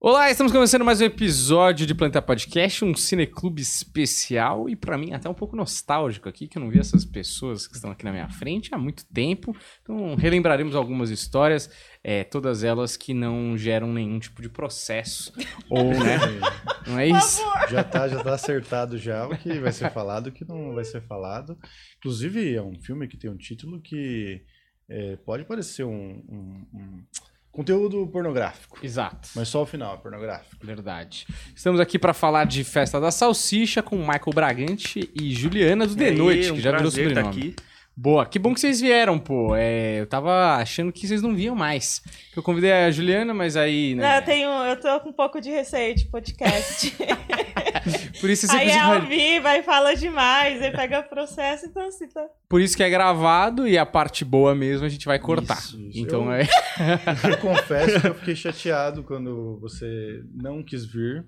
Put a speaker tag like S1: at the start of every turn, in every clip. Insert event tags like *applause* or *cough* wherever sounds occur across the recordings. S1: Olá, estamos começando mais um episódio de Planeta Podcast, um cineclube especial e pra mim até um pouco nostálgico aqui, que eu não vi essas pessoas que estão aqui na minha frente há muito tempo. Então relembraremos algumas histórias, eh, todas elas que não geram nenhum tipo de processo ou, né? Não é isso?
S2: Já tá, já tá acertado já o que vai ser falado, o que não vai ser falado. Inclusive, é um filme que tem um título que é, pode parecer um, um- um conteúdo pornográfico,
S1: Exato.
S2: mas só o final é
S1: *laughs*
S2: pornográfico.
S1: Verdade. Estamos aqui pra falar de Festa da Salsicha com Michael Bragante e Juliana do
S3: É,
S1: The
S3: um
S1: Noite, que já virou
S3: tá
S1: sobrenome. Boa, que bom que vocês vieram, pô. É, eu tava achando que vocês não vinham mais. Eu convidei a Juliana, mas aí.
S4: Não,
S1: Né,
S4: eu tenho. Eu tô com um pouco de receio de podcast.
S1: por, isso vocês
S4: aí é ao
S1: sempre,
S4: vivo, aí fala demais, aí pega processo, então assim, tá.
S1: por isso que é gravado e a parte boa mesmo a gente vai cortar.
S2: Isso, isso.
S1: Então
S2: Eu-
S1: é. *laughs*
S2: Eu confesso que eu fiquei chateado quando você não quis vir.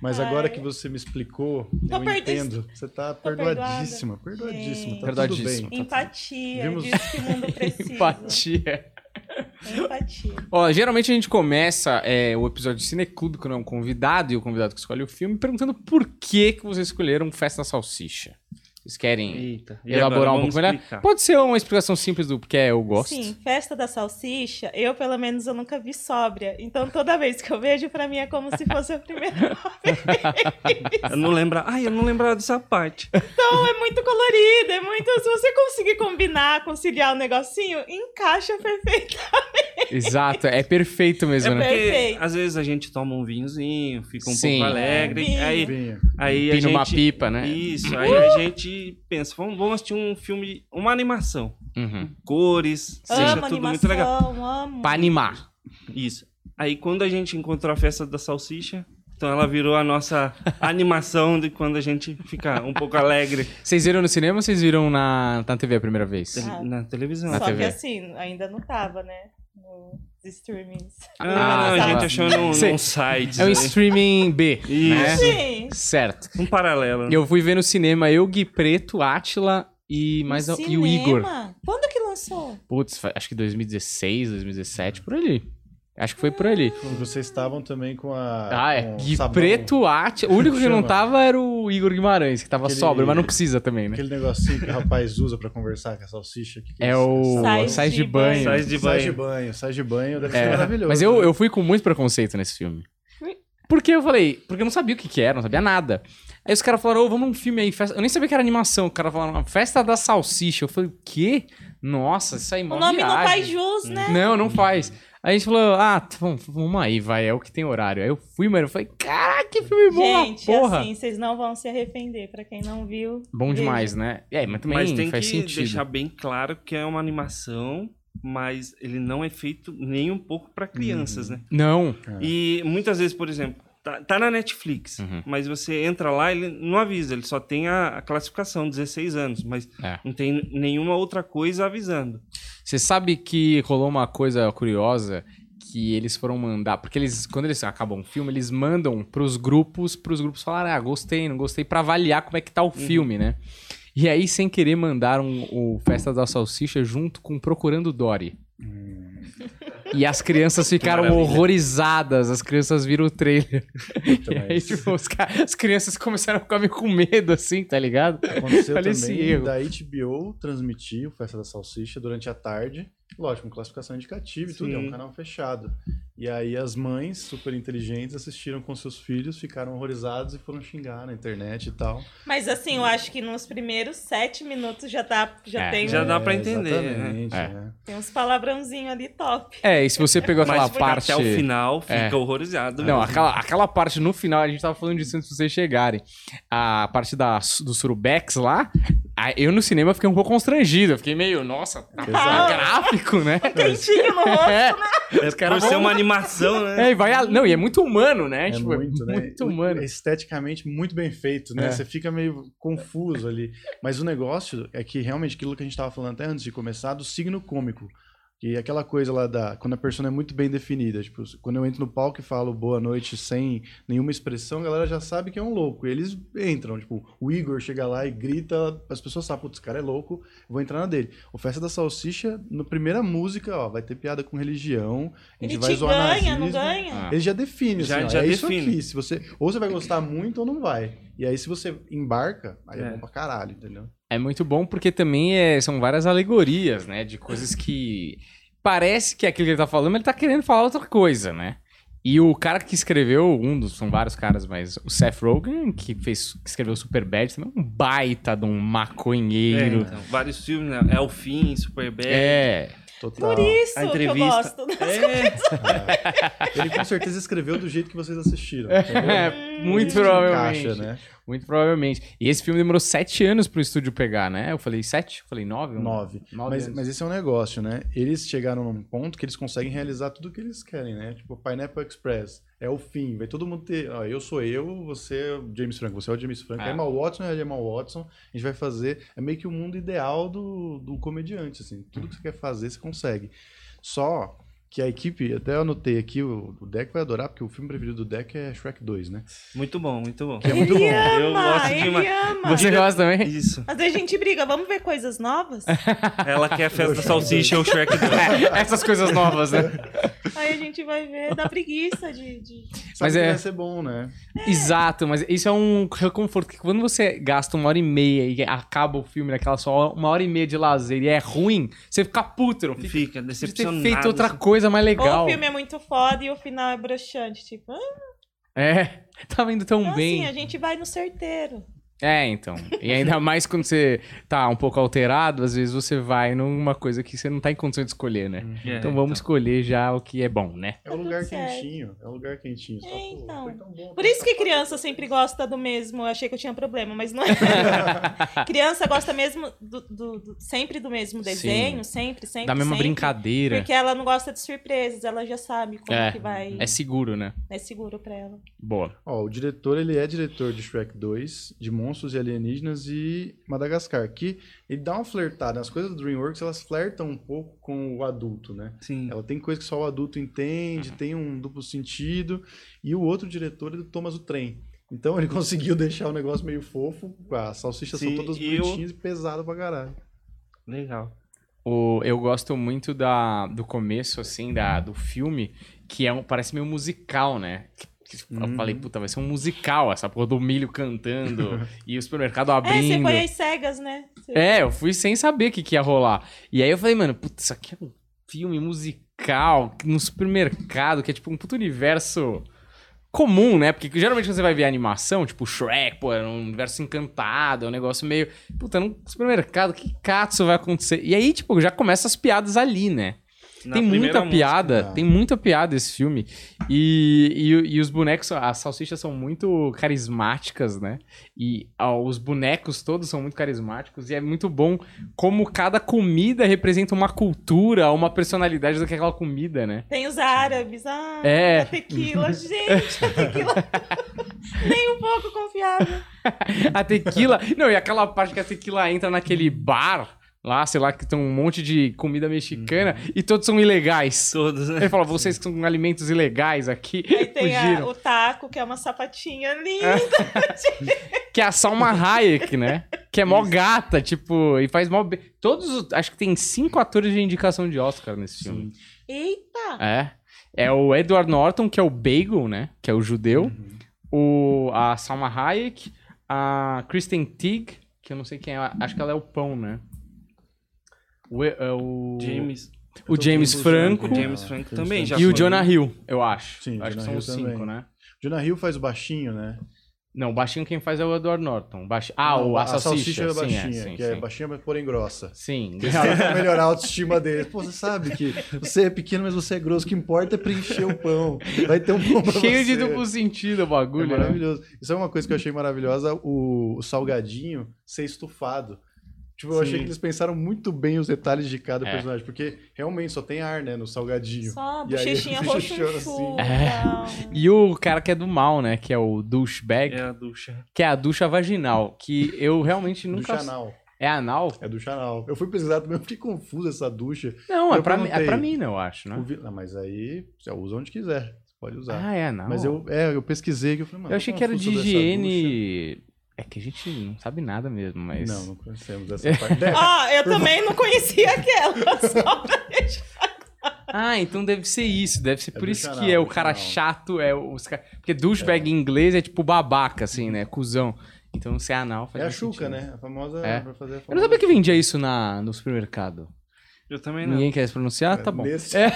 S2: Mas agora
S4: Ai.
S2: que você me explicou,
S4: Tô
S2: eu
S4: perdi-
S2: entendo. Você tá
S4: perdoada.
S2: perdoadíssima, perdoadíssima, tá
S1: Perdoadíssima.
S2: tudo bem.
S4: Empatia,
S2: Vimos-
S4: disso que o mundo precisa.
S1: Empatia.
S4: Empatia.
S1: é. Ó, geralmente a gente começa é, o episódio de Cineclube, quando é um convidado e o convidado que escolhe o filme, perguntando por que, que vocês escolheram Festa da Salsicha. Vocês querem
S3: Eita. E
S1: elaborar
S3: agora,
S1: um
S3: vamos
S1: pouco melhor?
S3: explicar.
S1: Pode ser uma explicação simples do que é eu gosto.
S4: Sim, festa da salsicha, eu pelo menos eu nunca vi sóbria. Então toda vez que eu vejo, pra mim é como se fosse a primeira. Então,
S3: Eu não lembro. Ai, eu não lembrava dessa parte.
S4: Então é muito colorido, é muito. Se você conseguir combinar, conciliar o negocinho, encaixa perfeito.
S1: Exato, é perfeito mesmo,
S4: É
S1: né?
S3: Porque
S4: Perfeito.
S3: às vezes a gente toma um vinhozinho, fica um
S1: Sim.
S3: pouco alegre.
S4: É, Vinho.
S3: Aí,
S2: Vinha.
S3: aí a
S1: Pino
S3: gente...
S1: uma pipa, né?
S3: Isso, aí a gente pensa, vamos, vamos assistir um filme, uma animação.
S1: Uhum.
S3: Cores, seja
S4: Amo
S3: tudo
S4: animação,
S3: muito legal.
S4: amo.
S1: Pra animar.
S3: Isso. Aí quando a gente encontrou a festa da salsicha, então ela virou a nossa animação de quando a gente fica um pouco alegre
S1: Vocês viram no cinema ou vocês viram na, na TV a primeira vez?
S4: Ah.
S3: na televisão.
S1: Na
S4: Só
S1: TV.
S4: que assim, ainda não tava, né? Nos streamings.
S3: Ah, não,
S1: tá.
S3: a gente achou num,
S1: Sei.
S3: num site.
S1: É um
S3: né?
S1: streaming B,
S3: Isso.
S1: né?
S4: Sim.
S1: Certo.
S3: Um paralelo.
S1: Eu fui ver no cinema eu, Gui Preto, Átila e mais
S4: No
S1: al- e o Igor.
S4: cinema? Quando que lançou?
S1: Putz, fa- acho que 2016, 2017, por ali. Acho que foi por ali.
S2: E vocês estavam também com a.
S1: Ah, é.
S2: com o
S1: Gui
S2: sabão,
S1: Preto, Átila. O único que não
S2: Chama.
S1: tava era o Igor Guimarães, que tava
S2: Aquele-
S1: sobra, mas não precisa também, né?
S2: Aquele negocinho que o rapaz usa pra conversar com a salsicha. que que
S1: É
S2: isso?
S1: o
S4: Sais
S1: Sais de
S4: de
S1: Banho.
S3: Sais de
S2: Sai de
S3: banho.
S2: banho, sai de banho, deve
S1: É,
S2: ser maravilhoso. né?
S1: Mas eu, eu fui com muito preconceito nesse filme. Porque eu falei, porque eu não sabia o que, que era, não sabia nada. Aí os caras falaram, ô, vamos num filme aí, festa. Eu nem sabia que era animação. O cara falaram, festa da salsicha. Eu falei, o quê? Nossa, isso aí, é
S4: O
S1: mó
S4: nome não
S1: viagem. Hum.
S4: faz jus, né?
S1: Não, não faz. Aí a gente falou, ah, tá, vamos, vamos aí, vai, é o que tem horário. Aí eu fui, mano, eu falei, caraca, que filme bom,
S4: Gente,
S1: porra.
S4: assim, vocês não vão se arrepender. Pra quem não viu.
S1: bom demais, né? É, mas também
S3: mas tem
S1: faz
S3: que
S1: sentido.
S3: deixar bem claro que é uma animação, mas ele não é feito nem um pouco para
S1: Uhum,
S3: crianças, né?
S1: Não,
S2: É.
S3: E muitas vezes, por exemplo, tá, tá na Netflix,
S1: Uhum.
S3: mas você entra lá, ele não avisa, ele só tem a, a classificação, 16 anos, mas
S1: É.
S3: não tem nenhuma outra coisa avisando.
S1: Você sabe que rolou uma coisa curiosa que eles foram mandar, porque eles quando eles acabam o filme, eles mandam pros grupos, pros grupos falarem, ah, gostei, não gostei, pra avaliar como é que tá o
S3: Uhum.
S1: filme, né? E aí, sem querer, mandaram o Festa da Salsicha junto com Procurando Dory. E as crianças ficaram
S3: Hum. maravilha.
S1: horrorizadas, as crianças viram o trailer.
S2: Puta,
S1: e *laughs* aí,
S2: mas
S1: tipo, os ca- as crianças começaram a ficar meio com medo, assim, tá ligado?
S2: Aconteceu
S1: Olha
S2: também
S1: esse erro.
S2: da HBO transmitir o Festa da Salsicha durante a tarde. Lógico, com classificação indicativa e tudo, é um
S3: Sim.
S2: canal fechado. E aí as mães, super inteligentes, assistiram com seus filhos, ficaram horrorizados e foram xingar na internet e tal.
S4: Mas assim, eu acho que nos primeiros sete minutos já, tá, já
S1: É,
S4: tem,
S3: já
S4: um-
S3: dá pra entender,
S2: Exatamente,
S1: né?
S2: né?
S4: tem uns palavrãozinhos ali top.
S1: É, e se você pegou aquela
S3: mas
S1: parte.
S3: até o final fica
S1: É.
S3: horrorizado. né?
S1: Não,
S3: mesmo.
S1: aquela, aquela parte no final, a gente tava falando disso antes de vocês chegarem. A parte da, do Surubex lá, a- eu no cinema fiquei um pouco constrangido. Eu fiquei meio, nossa, tá
S2: é. Exato.
S1: gráfico, né?
S4: Quentinho
S1: *laughs*
S4: no rosto.
S1: É,
S3: é por ser uma
S1: *laughs*
S3: animação, né?
S1: é, e vai, a- não, e é muito humano, né?
S2: É
S1: Tipo,
S2: muito, né?
S1: muito
S2: O-
S1: humano.
S2: Esteticamente muito bem feito, né?
S1: É.
S2: Você fica meio confuso ali. Mas o negócio é que realmente aquilo que a gente tava falando até antes de começar, do signo cômico. E aquela coisa lá da. Quando a persona é muito bem definida. Tipo, quando eu entro no palco e falo boa noite sem nenhuma expressão, a galera já sabe que é um louco. E eles entram. Tipo, o Igor chega lá e grita, as pessoas sabem, putz, esse cara é louco, vou entrar na dele. O Festa da Salsicha, na primeira música, ó, vai ter piada com religião. A gente
S4: Ele
S2: vai
S4: te
S2: zoar nazismo.
S4: ganha, não ganha?
S1: Ah.
S2: Ele já define,
S3: Já-
S2: assim, ó,
S3: já
S2: é isso
S3: define.
S2: aqui. Se você, ou você vai gostar muito ou não vai. E aí, se você embarca, aí é,
S3: É.
S2: bom pra caralho, entendeu?
S1: É muito bom porque também é- são várias alegorias, né? De coisas que. Parece que aquilo que ele tá falando, ele tá querendo falar outra coisa, né? E o cara que escreveu, um dos, são vários caras, mas o Seth Rogen, que, fez, que escreveu Superbad, também é um baita de um
S3: É,
S1: maconheiro.
S3: então, vários filmes, né? É o Fim, Superbad.
S1: É.
S2: Total.
S4: Por isso
S3: A
S4: que eu
S3: entrevista.
S4: gosto.
S3: É,
S2: É. Ele com certeza escreveu do jeito que vocês assistiram. entendeu?
S1: é, muito
S2: Isso
S1: provavelmente.
S2: é. Encaixa, né?
S1: Muito provavelmente. E esse filme demorou sete anos pro estúdio pegar, né? Eu falei sete? Eu falei nove? Um-
S2: Nove.
S1: Nove
S2: Mas,
S1: anos.
S2: mas esse é um negócio, né? Eles chegaram num ponto que eles conseguem realizar tudo o que eles querem, né? Tipo, Pineapple Express é o fim. Vai todo mundo ter. Ó, eu sou eu, você é o James Franco, você é o James Franco.
S1: Ah.
S2: É. Emma Watson é a Emma Watson. A gente vai fazer. É meio que o mundo ideal do, do comediante, assim. Tudo que você quer fazer, você consegue. Só que a equipe, até eu anotei aqui, o, o Deck vai adorar, porque o filme preferido do Deck é Shrek 2, né?
S3: muito bom, muito bom.
S2: Que é muito bom.
S3: Eu gosto
S4: ele
S3: demais.
S4: ama.
S1: Você gosta
S2: *laughs*
S1: também?
S3: Isso.
S4: Às vezes a gente briga, vamos ver coisas novas?
S3: Ela quer a festa da salsicha ou Shrek 2.
S1: É, Essas coisas novas, né?
S4: Aí a gente vai ver, dá preguiça de...
S1: *laughs*
S4: de-
S1: Mas
S2: Sabe que
S1: é-
S2: vai ser bom, né?
S1: Exato, mas isso é um reconforto. Que quando você gasta uma hora e meia e acaba o filme naquela só hora- uma hora e meia de lazer e é ruim, você fica puto, não fica.
S3: Fica
S1: Podia ter
S3: decepcionado.
S1: feito outra
S3: assim.
S1: coisa mais
S4: Ou
S1: legal.
S4: o filme é muito foda e o final é broxante. Tipo, ah,
S1: É, tava indo tão
S4: então
S1: bem.
S4: assim, a gente vai no certeiro.
S1: É, então. E ainda mais quando você tá um pouco alterado, às vezes você vai numa coisa que você não tá em condição de escolher, né?
S3: É,
S1: então vamos escolher já o que é bom, né?
S2: É um
S4: Tá tudo
S2: lugar
S4: certo.
S2: quentinho. É um lugar quentinho. Só,
S4: É,
S2: pô,
S4: então.
S2: foi tão bom,
S4: Por isso que criança sempre gosta do mesmo. Eu achei que eu tinha problema,
S1: *laughs*
S4: mas não é. criança gosta mesmo do, do- do- sempre do mesmo desenho, sempre, sempre.
S1: Da mesma
S4: sempre,
S1: brincadeira.
S4: Porque ela não gosta de surpresas, ela já sabe como
S1: É.
S4: que vai.
S1: É seguro, né?
S4: É seguro pra ela.
S1: Boa.
S2: Ó, o diretor, ele é diretor de Shrek 2, de Monstros e Alienígenas e Madagascar, que ele dá uma flertada. As coisas do DreamWorks, elas flertam um pouco com o adulto, né?
S3: então, Sim.
S2: Ela tem coisa que só o adulto
S1: Uhum.
S2: entende, tem um duplo sentido. E o outro diretor é do Thomas o Trem. Então ele *laughs* conseguiu deixar o negócio meio fofo. As salsichas
S3: Sim,
S2: são todas
S3: e eu-
S2: bonitinhas e pesado pra caralho.
S3: É, Legal.
S1: O- eu gosto muito da, do começo, assim, da, do filme, que é um, parece meio musical, né? Que- que Eu
S2: Uhum.
S1: falei, puta, vai ser um musical, essa porra do milho cantando e o supermercado
S4: É, você
S1: Tá abrindo.
S4: foi às cegas, né? Você-
S1: É, eu fui sem saber o que, que ia rolar. E aí eu falei, mano, puta, isso aqui é um filme musical no supermercado, que é tipo um puto universo comum, né? Porque geralmente quando você vai ver animação, tipo Shrek, pô, é um universo encantado, é um negócio meio. Puta, num supermercado, que cato vai acontecer? E aí, tipo, já começa as piadas ali, né?
S3: Na
S1: tem
S3: primeira
S1: muita
S3: música.
S1: piada,
S2: né?
S1: tem muita piada esse filme. E, e, e os bonecos, as salsichas são muito carismáticas, né? E ó, os bonecos todos são muito carismáticos. E é muito bom como cada comida representa uma cultura, uma personalidade do que é aquela comida, né?
S4: Tem os árabes, ah,
S1: É.
S4: a tequila, *laughs* gente, a tequila. *laughs* Nem um pouco confiável.
S1: A tequila. não, e aquela parte que a tequila entra naquele bar lá, sei lá, que tem um monte de comida mexicana e todos são ilegais.
S3: Todos, né?
S1: Ele fala, vocês que são com alimentos ilegais aqui.
S4: Aí
S2: *laughs*
S4: tem a-
S1: fugiram.
S4: o taco, que é uma sapatinha linda.
S1: Que é a
S2: *laughs*
S1: Salma Hayek, né? Que é mó gata, tipo, e faz mó bem. Todos, os- acho que tem cinco atores de indicação de Oscar nesse filme.
S4: Eita!
S1: É. É o Edward Norton, que é o Bagel, né? Que é o judeu.
S2: Uhum.
S1: O, a Salma Hayek. A Kristen Teague, que eu não sei quem é. Acho que ela é o pão, né? O, E- é o-
S3: James.
S1: o James
S2: né?
S1: Franco.
S3: O James Franco também já
S1: E o
S3: foi. né?
S1: Jonah Hill, eu acho.
S2: Sim,
S1: acho que
S2: Jonah
S1: são
S2: Hill
S1: os cinco,
S2: também.
S1: né?
S2: Jonah Hill faz o baixinho, né?
S1: Não, o baixinho quem faz é o Edward Norton. Baixi... Ah,
S2: Não,
S1: o, a, salsicha.
S2: é
S1: sim,
S2: baixinha,
S1: sim,
S2: que é
S1: sim.
S2: baixinha, mas porém
S1: *laughs*
S2: grossa.
S1: Sim.
S2: Pra melhorar a autoestima dele. Pô, você sabe que você é pequeno, mas você é grosso. O que importa é preencher o pão. Vai ter um pão pra
S1: Cheio de
S2: você.
S1: duplo sentido o
S2: É
S1: bagulho. né?
S2: maravilhoso. Isso é uma coisa que eu achei maravilhosa, o, o salgadinho ser estufado. Tipo, eu
S3: Sim.
S2: achei que eles pensaram muito bem os detalhes de cada
S1: É.
S2: personagem, porque realmente só tem ar, né, no salgadinho.
S4: Só a
S2: E aí, *laughs*
S4: bochechinha
S2: a
S4: roxinha.
S2: bochechona, assim.
S1: E o cara que é do mal, né? Que é o douchebag,
S3: É a ducha.
S1: que é a ducha vaginal. Que eu realmente
S2: Do
S1: nunca.
S2: Chanel.
S1: É anal?
S2: É ducha anal. Eu fui pesquisar também, eu fiquei confuso essa ducha.
S1: Não, é
S2: Eu
S1: pra, mi- é
S2: perguntei.
S1: pra mina, eu acho,
S2: O
S1: né?
S2: vi- Ah, mas aí você usa onde quiser. Você pode usar.
S1: Ah, é anal.
S2: mas eu, é, eu pesquisei que eu falei, mano.
S1: Eu achei que era de higiene. É que a gente não sabe nada mesmo, mas. Ah,
S2: Não,
S1: *laughs*
S2: não conhecemos essa parte. É,
S4: Ó, eu também não conhecia aquela. *laughs* Só pra deixar.
S1: Ah, então deve ser isso. Deve ser
S2: É
S1: por
S2: do
S1: isso que
S2: canal,
S1: é o
S2: do
S1: cara
S2: canal.
S1: chato. É os cara... Porque douchebag em inglês é tipo babaca, assim, né? Cusão. Então se é anal faz
S2: é a
S1: mais
S2: chuca,
S1: sentido.
S2: né? A famosa.
S1: É.
S2: pra fazer a
S1: Eu não sabia que vendia isso na, no supermercado.
S3: Eu também não.
S1: Ninguém quer se pronunciar? Tá bom.
S2: Nesse-
S1: É.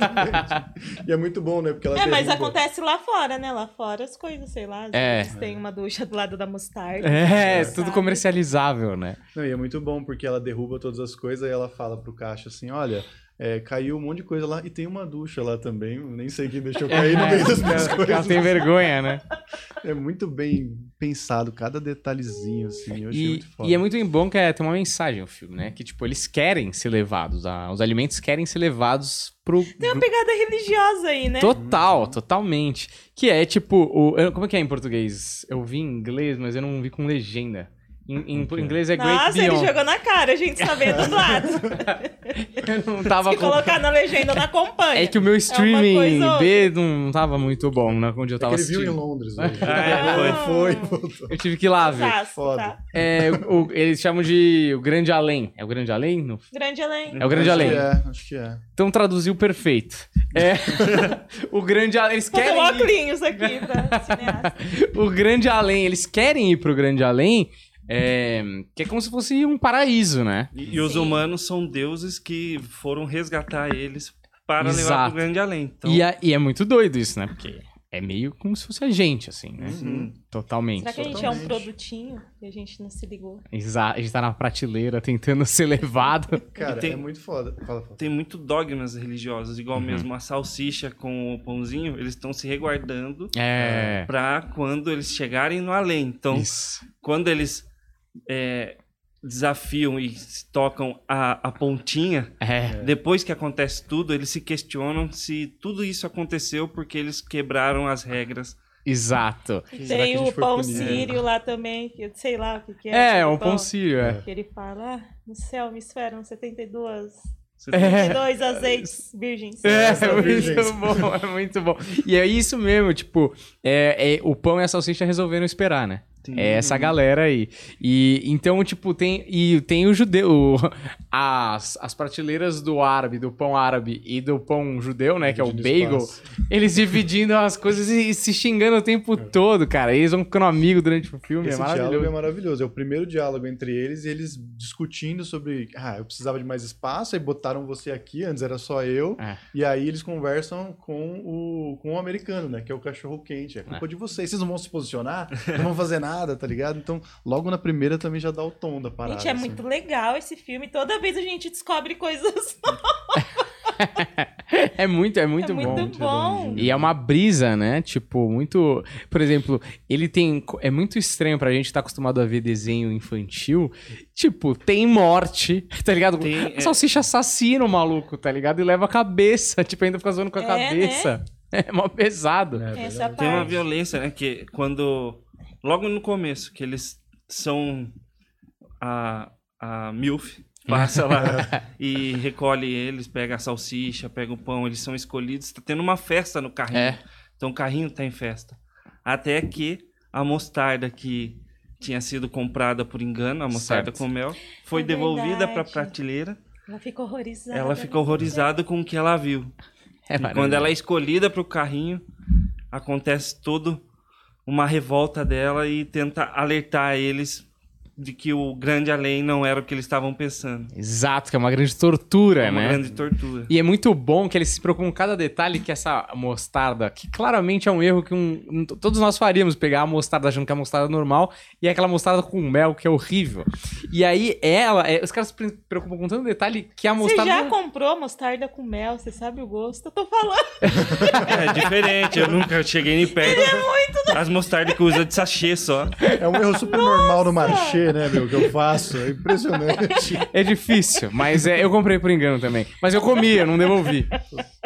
S2: *laughs* Exatamente. E é muito bom, né? Porque ela
S4: É, mas
S2: pergunta-
S4: acontece lá fora, né? Lá fora as coisas, sei lá. às
S1: É.
S4: vezes Tem uma ducha do lado da mostarda.
S1: É,
S4: sabe?
S1: tudo comercializável, né?
S2: Não, e é muito bom, porque ela derruba todas as coisas e ela fala pro caixa assim: olha, é, caiu um monte de coisa lá e tem uma ducha lá também. eu Nem sei quem deixou cair no
S1: *laughs*
S2: meio das minhas
S1: É. Ela
S2: coisas.
S1: tem vergonha, né?
S2: É muito bem pensado, cada detalhezinho, assim. Eu achei
S1: E,
S2: muito foda.
S1: e é muito bom que é, tem uma mensagem no filme, né? Que, tipo, eles querem ser levados. a- os alimentos querem ser levados pro.
S4: Tem uma pegada religiosa aí, né?
S1: Total, totalmente. Que é tipo. O, eu- como é que é em português? Eu vi em inglês, mas eu não vi com legenda. Em, em
S2: Ok.
S1: inglês é Great
S4: Nossa, ele
S1: Beyond.
S4: jogou na cara, a gente sabendo do lado.
S1: *laughs* Eu não *laughs* tava
S4: Se
S1: com...
S4: colocar na legenda, não
S1: *laughs*
S4: acompanha.
S1: É que o meu streaming
S4: coisa ou
S1: B não tava muito bom, né? Onde eu
S2: É que
S1: tava
S2: ele viu em
S1: assistindo. é.
S2: Londres hoje.
S3: Ah,
S2: foi, foi, voltou.
S1: Eu tive que ir lá ver.
S4: Tá,
S2: Foda.
S4: tá.
S1: É, o- eles chamam de o Grande Além. É o Grande Além? No
S4: Grande além.
S1: É o grande
S2: acho
S1: além.
S2: Que é, acho que é.
S1: Então traduziu perfeito. É. *laughs* o grande além. Eles
S4: Vou ter um
S1: querem ir,
S4: óculos aqui
S1: *laughs*
S4: pra cineasta.
S1: o grande além. Eles querem ir pro grande além. é, que é como se fosse um paraíso, né?
S3: E, e os
S4: Sim.
S3: humanos são deuses que foram resgatar eles para levar
S1: Exato.
S3: pro grande além. Então,
S1: E, a- e é muito doido isso, né? Porque é meio como se fosse a gente, assim, né?
S2: Uhum.
S1: Totalmente.
S4: Será que a gente é um
S2: Totalmente.
S4: produtinho e a gente não se ligou?
S1: Exa- A gente tá na prateleira tentando *laughs* ser levado.
S2: Cara,
S3: E tem-
S2: é muito foda. Fala, fala.
S3: tem muito dogmas religiosos, igual
S1: Uhum.
S3: mesmo a salsicha com o pãozinho, eles estão se reguardando
S1: É.
S3: para quando eles chegarem no além. Então,
S1: Isso.
S3: quando eles é, desafiam e se tocam a, a pontinha,
S1: É.
S3: depois que acontece tudo, eles se questionam se tudo isso aconteceu porque eles quebraram as regras.
S1: Exato.
S2: Será que
S4: Tem
S2: a gente
S4: o
S2: foi
S4: pão
S2: punido?
S4: sírio lá também, que eu sei lá o que, que é.
S1: É,
S4: aquele
S1: um pão sírio. é.
S2: É.
S4: Que ele fala, ah, no céu me esperam 72,
S3: Você
S1: É.
S4: 72 azeites virgens.
S1: É,
S2: Essa virgem.
S1: muito *laughs* bom, é muito bom. E é isso mesmo, tipo, é, é- o pão e a salsicha resolveram esperar, né?
S3: tem-
S2: Uhum.
S1: É essa galera aí. E então, tipo, tem e tem o judeu, o- as, as prateleiras do árabe, do pão árabe e do pão judeu, né, que é o
S2: Dividindo
S1: bagel,
S2: espaço.
S1: eles dividindo as coisas e, e se xingando o tempo todo, cara. Eles vão ficando amigos durante o filme,
S2: É. Esse
S1: é maravilhoso.
S2: diálogo é maravilhoso. É o primeiro diálogo entre eles e eles discutindo sobre. Ah, eu precisava de mais espaço, aí botaram você aqui, antes era só eu.
S1: É.
S2: E aí eles conversam com o, com o americano, né? Que é o cachorro quente. É culpa de vocês. Vocês não vão se posicionar, não vão fazer nada, tá ligado? Então, logo na primeira também já dá o tom da parada.
S4: Gente, é
S2: assim.
S4: muito legal esse filme. Toda vez a gente descobre coisas. *laughs*
S1: É muito, é muito
S4: é
S1: bom.
S4: muito bom.
S1: E é uma brisa, né? Tipo, muito. Por exemplo, ele tem. É muito estranho pra gente estar acostumado a ver desenho infantil. Tipo, tem morte, *laughs* tá ligado?
S3: Tem, é-
S1: Salsicha assassina o maluco, tá ligado? E leva a cabeça. *laughs* Tipo, ainda fica zoando com a
S4: É,
S1: cabeça. *laughs* É mó pesado.
S2: É,
S4: Essa
S2: verdade.
S3: Tem uma
S4: parte.
S3: violência, né? Que quando. Logo no começo, que eles são. A,
S1: *laughs*
S3: a MILF passa lá e recolhe eles, pega a salsicha, pega o pão, eles são escolhidos. Tá tendo uma festa no carrinho.
S1: É.
S3: Então o carrinho tá em festa. Até que a mostarda que tinha sido comprada por engano, a mostarda
S1: Certo.
S3: com mel, foi
S4: É
S3: devolvida pra
S4: verdade.
S3: prateleira.
S4: Ela fica horrorizada.
S3: Ela ficou horrorizada com o que ela viu.
S1: É
S3: E quando ela é escolhida pro carrinho, acontece todo uma revolta dela e tenta alertar eles de que o grande além não era o que eles estavam pensando.
S1: Exato, que é uma grande tortura,
S3: uma
S1: né?
S3: grande tortura.
S1: E é muito bom que eles se preocupam com cada detalhe que essa mostarda, que claramente é um erro que um- um- todos nós faríamos, pegar a mostarda achando que é a mostarda normal e aquela mostarda com mel que é horrível. E aí ela, é, os caras se pre- preocupam com tanto detalhe que a
S4: Você
S1: mostarda...
S4: já comprou mostarda com mel? Você sabe o gosto? Eu tô falando.
S3: *laughs* É diferente, eu nunca cheguei
S4: é
S3: nem perto. As mostardas que usa de sachê só.
S2: É um erro
S4: *laughs*
S2: super normal no marché, né, meu? Que eu faço. É
S4: *laughs*
S2: impressionante.
S1: *laughs* É difícil, mas é, eu comprei por engano também. Mas eu comi, eu não devolvi.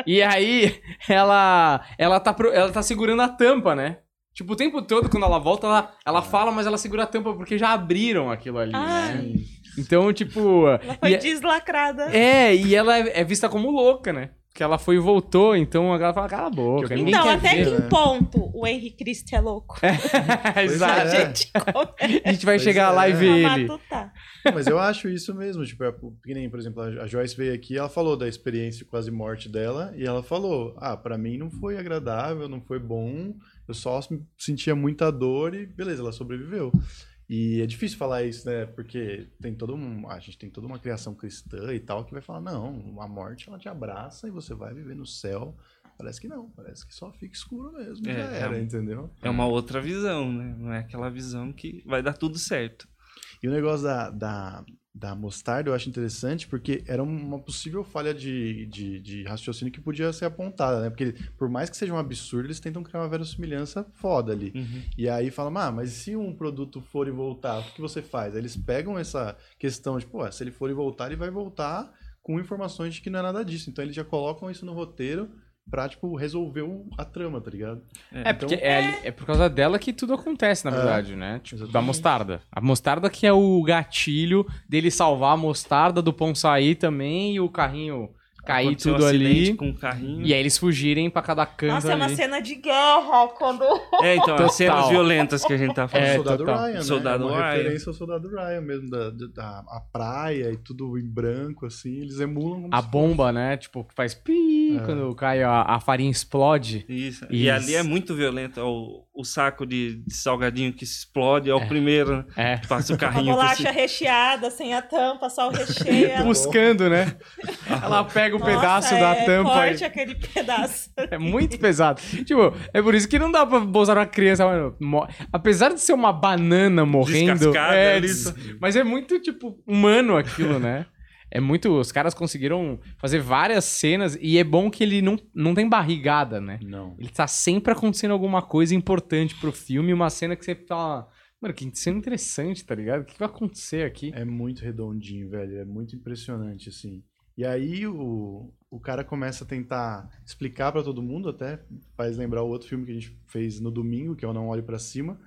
S1: E aí ela, ela tá, pro- ela tá segurando a tampa, né? Tipo, o tempo todo, quando ela volta, ela, ela fala, mas ela segura a tampa porque já abriram aquilo ali, né?
S4: Ai,
S1: Então, tipo.
S4: Ah. Ela foi
S1: e-
S4: deslacrada.
S1: é, e ela é é vista como louca, né? Que ela foi e voltou, então a galera fala, cala a boca.
S2: Que eu-
S1: ninguém
S4: Então,
S1: quer
S4: até
S1: ver.
S4: que
S2: né?
S4: ponto o Henry Cristo é louco?
S1: *laughs* Exato.
S2: é.
S4: Tá, Gente, como é Tá
S1: A gente vai
S2: Pois
S1: chegar
S2: é.
S1: lá e
S4: que
S1: ver
S4: uma
S1: ele.
S4: matuta?
S2: Mas eu acho isso mesmo. Tipo, é, que nem, por exemplo, a Joyce veio aqui, ela falou da experiência de quase morte dela, e ela falou: Ah, pra mim não foi agradável, não foi bom, eu só sentia muita dor e beleza, ela sobreviveu. E é difícil falar isso, né? Porque tem todo um, a gente tem toda uma criação cristã e tal que vai falar: Não, a morte ela te abraça e você vai viver no céu. Parece que não, parece que só fica escuro mesmo.
S3: É,
S2: já era,
S3: é um-
S2: entendeu?
S3: É uma outra visão, né? Não é aquela visão que vai dar tudo certo.
S2: E o negócio da, da, da mostarda eu acho interessante porque era um, uma possível falha de, de, de raciocínio que podia ser apontada, né? Porque por mais que seja um absurdo, eles tentam criar uma verossimilhança foda ali.
S3: Uhum.
S2: E aí falam, ah, mas se um produto for e voltar, o que que você faz? Aí Eles pegam essa questão de, pô, se ele for e voltar, ele vai voltar com informações de que não é nada disso. Então eles já colocam isso no roteiro pra, tipo, resolver o- a trama, tá ligado?
S1: É, porque é, ali- é por causa dela que tudo acontece, na
S2: É.
S1: verdade, né? Tipo, da
S2: Exatamente.
S1: mostarda. A mostarda que é o gatilho dele salvar a mostarda, do pão sair também e o carrinho cair
S3: Aconteceu um
S1: tudo
S3: acidente
S1: ali.
S3: Com o carrinho.
S1: E aí eles fugirem pra cada canto
S4: Nossa, é uma
S1: ali.
S4: cena de guerra quando
S3: É, então,
S1: Total.
S3: as cenas violentas que a gente tá
S2: O
S3: falando.
S1: É,
S2: soldado
S1: total.
S2: Ryan, né?
S3: Soldado
S2: É uma
S3: Ryan.
S2: referência ao soldado Ryan mesmo, da, da- da- a praia e tudo em branco, assim, eles emulam como
S1: A
S2: se-
S1: bomba, né? Tipo, que faz pi
S2: É.
S1: quando cai a, a farinha explode.
S3: Isso.
S1: Isso.
S3: E ali é muito violento. ó, O, o saco de, de salgadinho que se explode é o primeiro. né?
S1: É. *laughs*
S3: Passa o
S4: a
S3: carrinho. por
S4: bolacha
S3: cima.
S4: recheada, sem a tampa, só o recheio. ela-
S1: *laughs* Buscando, né? Ela pega o
S4: é? Nossa,
S1: pedaço da
S4: é,
S1: tampa. e-
S4: Corte aquele pedaço.
S1: É muito pesado. Tipo, é por isso que não dá pra bolsar uma criança. Mano, Mo- apesar de ser uma banana morrendo.
S3: Descascada,
S1: É,
S3: lisa.
S1: des- Mas é muito, tipo, humano aquilo, né? É muito. Os caras conseguiram fazer várias cenas e é bom que ele não, não tem barrigada, né?
S2: Não.
S1: Ele tá sempre acontecendo alguma coisa importante pro filme, uma cena que você fala. Mano, que cena interessante, tá ligado? O que vai acontecer aqui?
S2: É muito redondinho, velho. É muito impressionante, assim. E aí o, o cara começa a tentar explicar pra todo mundo, até faz lembrar o outro filme que a gente fez no domingo, que é o Não Olhe Pra Cima,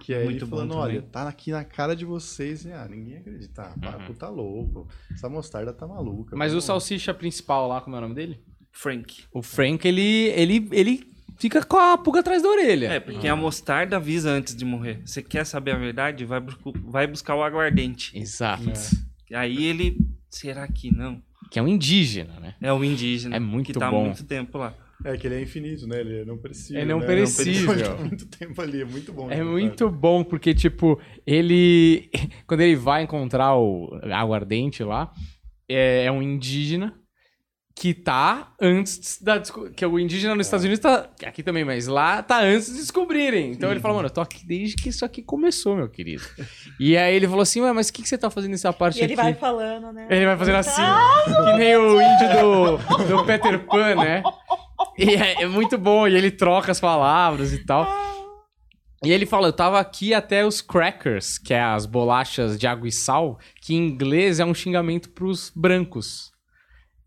S2: que é ele
S3: Muito bom
S2: falando,
S3: também.
S2: olha, tá aqui na cara de vocês, e ah, ninguém acredita, ah, Paco tá louco, essa mostarda tá maluca.
S1: Uhum. Mas o
S2: vamos lá."
S1: salsicha principal lá, como é o nome dele?
S3: Frank.
S1: O Frank, ele. ele, ele fica com a pulga atrás da orelha.
S3: É, porque a mostarda avisa antes de morrer. Você quer saber a verdade? Vai, buscu- vai buscar o
S1: É.
S3: aguardente.
S1: Exato.
S3: Aí ele. Será que não?
S1: Que é um indígena, né?
S3: É o indígena.
S1: É muito
S3: que tá
S1: bom.
S3: há muito tempo lá.
S2: É que ele é infinito, né? Ele é não perecível.
S1: É não
S2: né?
S1: perecível.
S2: Ele *laughs* fica muito tempo ali, é muito bom. de
S1: É
S2: contar.
S1: muito bom, porque, tipo, ele. *laughs* Quando ele vai encontrar o aguardente lá, é, é um indígena que tá antes da. desco- Que o indígena nos
S3: É.
S1: Estados Unidos tá. Aqui também, mas lá tá antes de descobrirem. Então ele
S3: Uhum.
S1: fala, mano, eu tô aqui desde que isso aqui começou, meu querido. e aí ele falou assim, ué, mas o que, que você tá fazendo nessa parte
S4: E ele
S1: aqui?
S4: vai falando, né?
S1: Ele vai fazendo assim,
S4: Ah,
S1: que nem o índio do, do Peter Pan, né? E é, é muito bom, e ele troca as palavras e tal. E ele fala, eu tava aqui até os crackers, que é as bolachas de água e sal, que em inglês é um xingamento pros brancos.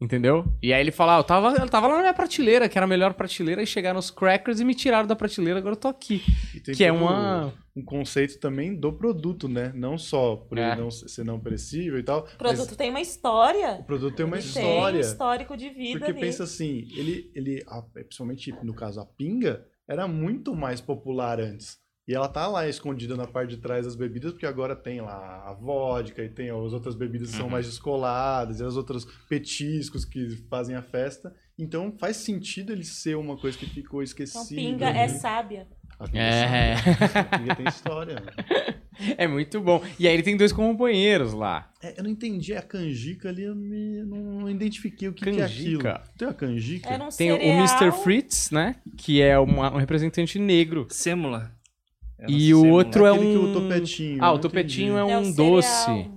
S1: Entendeu? E aí ele fala, ah, eu tava, eu tava lá na minha prateleira, que era a melhor prateleira, e chegaram os crackers e me tiraram da prateleira, agora eu tô aqui.
S2: E tem
S1: que é
S2: todo
S1: uma...
S2: um conceito também do produto, né? Não só por
S1: É.
S2: ele não ser não perecível e tal.
S4: O
S2: mas
S4: produto tem uma história.
S2: o produto tem uma
S4: Ele
S2: história.
S4: Tem um histórico de vida
S2: porque
S4: ali.
S2: pensa assim, ele, ele a- principalmente no caso a pinga, era muito mais popular antes. E ela tá lá escondida na parte de trás das bebidas, porque agora tem lá a vodka e tem as outras bebidas
S4: Uhum.
S2: que são mais descoladas, e as outras petiscos que fazem a festa. Então faz sentido ele ser uma coisa que ficou esquecida.
S1: assim,
S4: Então, pinga
S2: né?
S4: é sábia.
S2: A pinga
S1: É. *laughs*
S2: sabe, né? a pinga tem história. né?
S1: É muito bom. E aí ele tem dois companheiros lá.
S2: É, eu não entendi a canjica ali, eu me- não, não identifiquei o que, que é aquilo.
S1: Canjica.
S2: Tem a canjica? é
S4: Era um
S1: Tem
S4: cereal.
S1: o Mr. Fritz, né? Que é uma- um representante negro.
S3: Sêmula. Era
S1: E o
S3: sêmula.
S1: outro é
S2: Aquele que
S1: um.
S2: o topetinho.
S1: Ah,
S2: não
S1: o topetinho é
S2: entendi.
S4: É
S1: um
S4: o cereal.
S1: doce.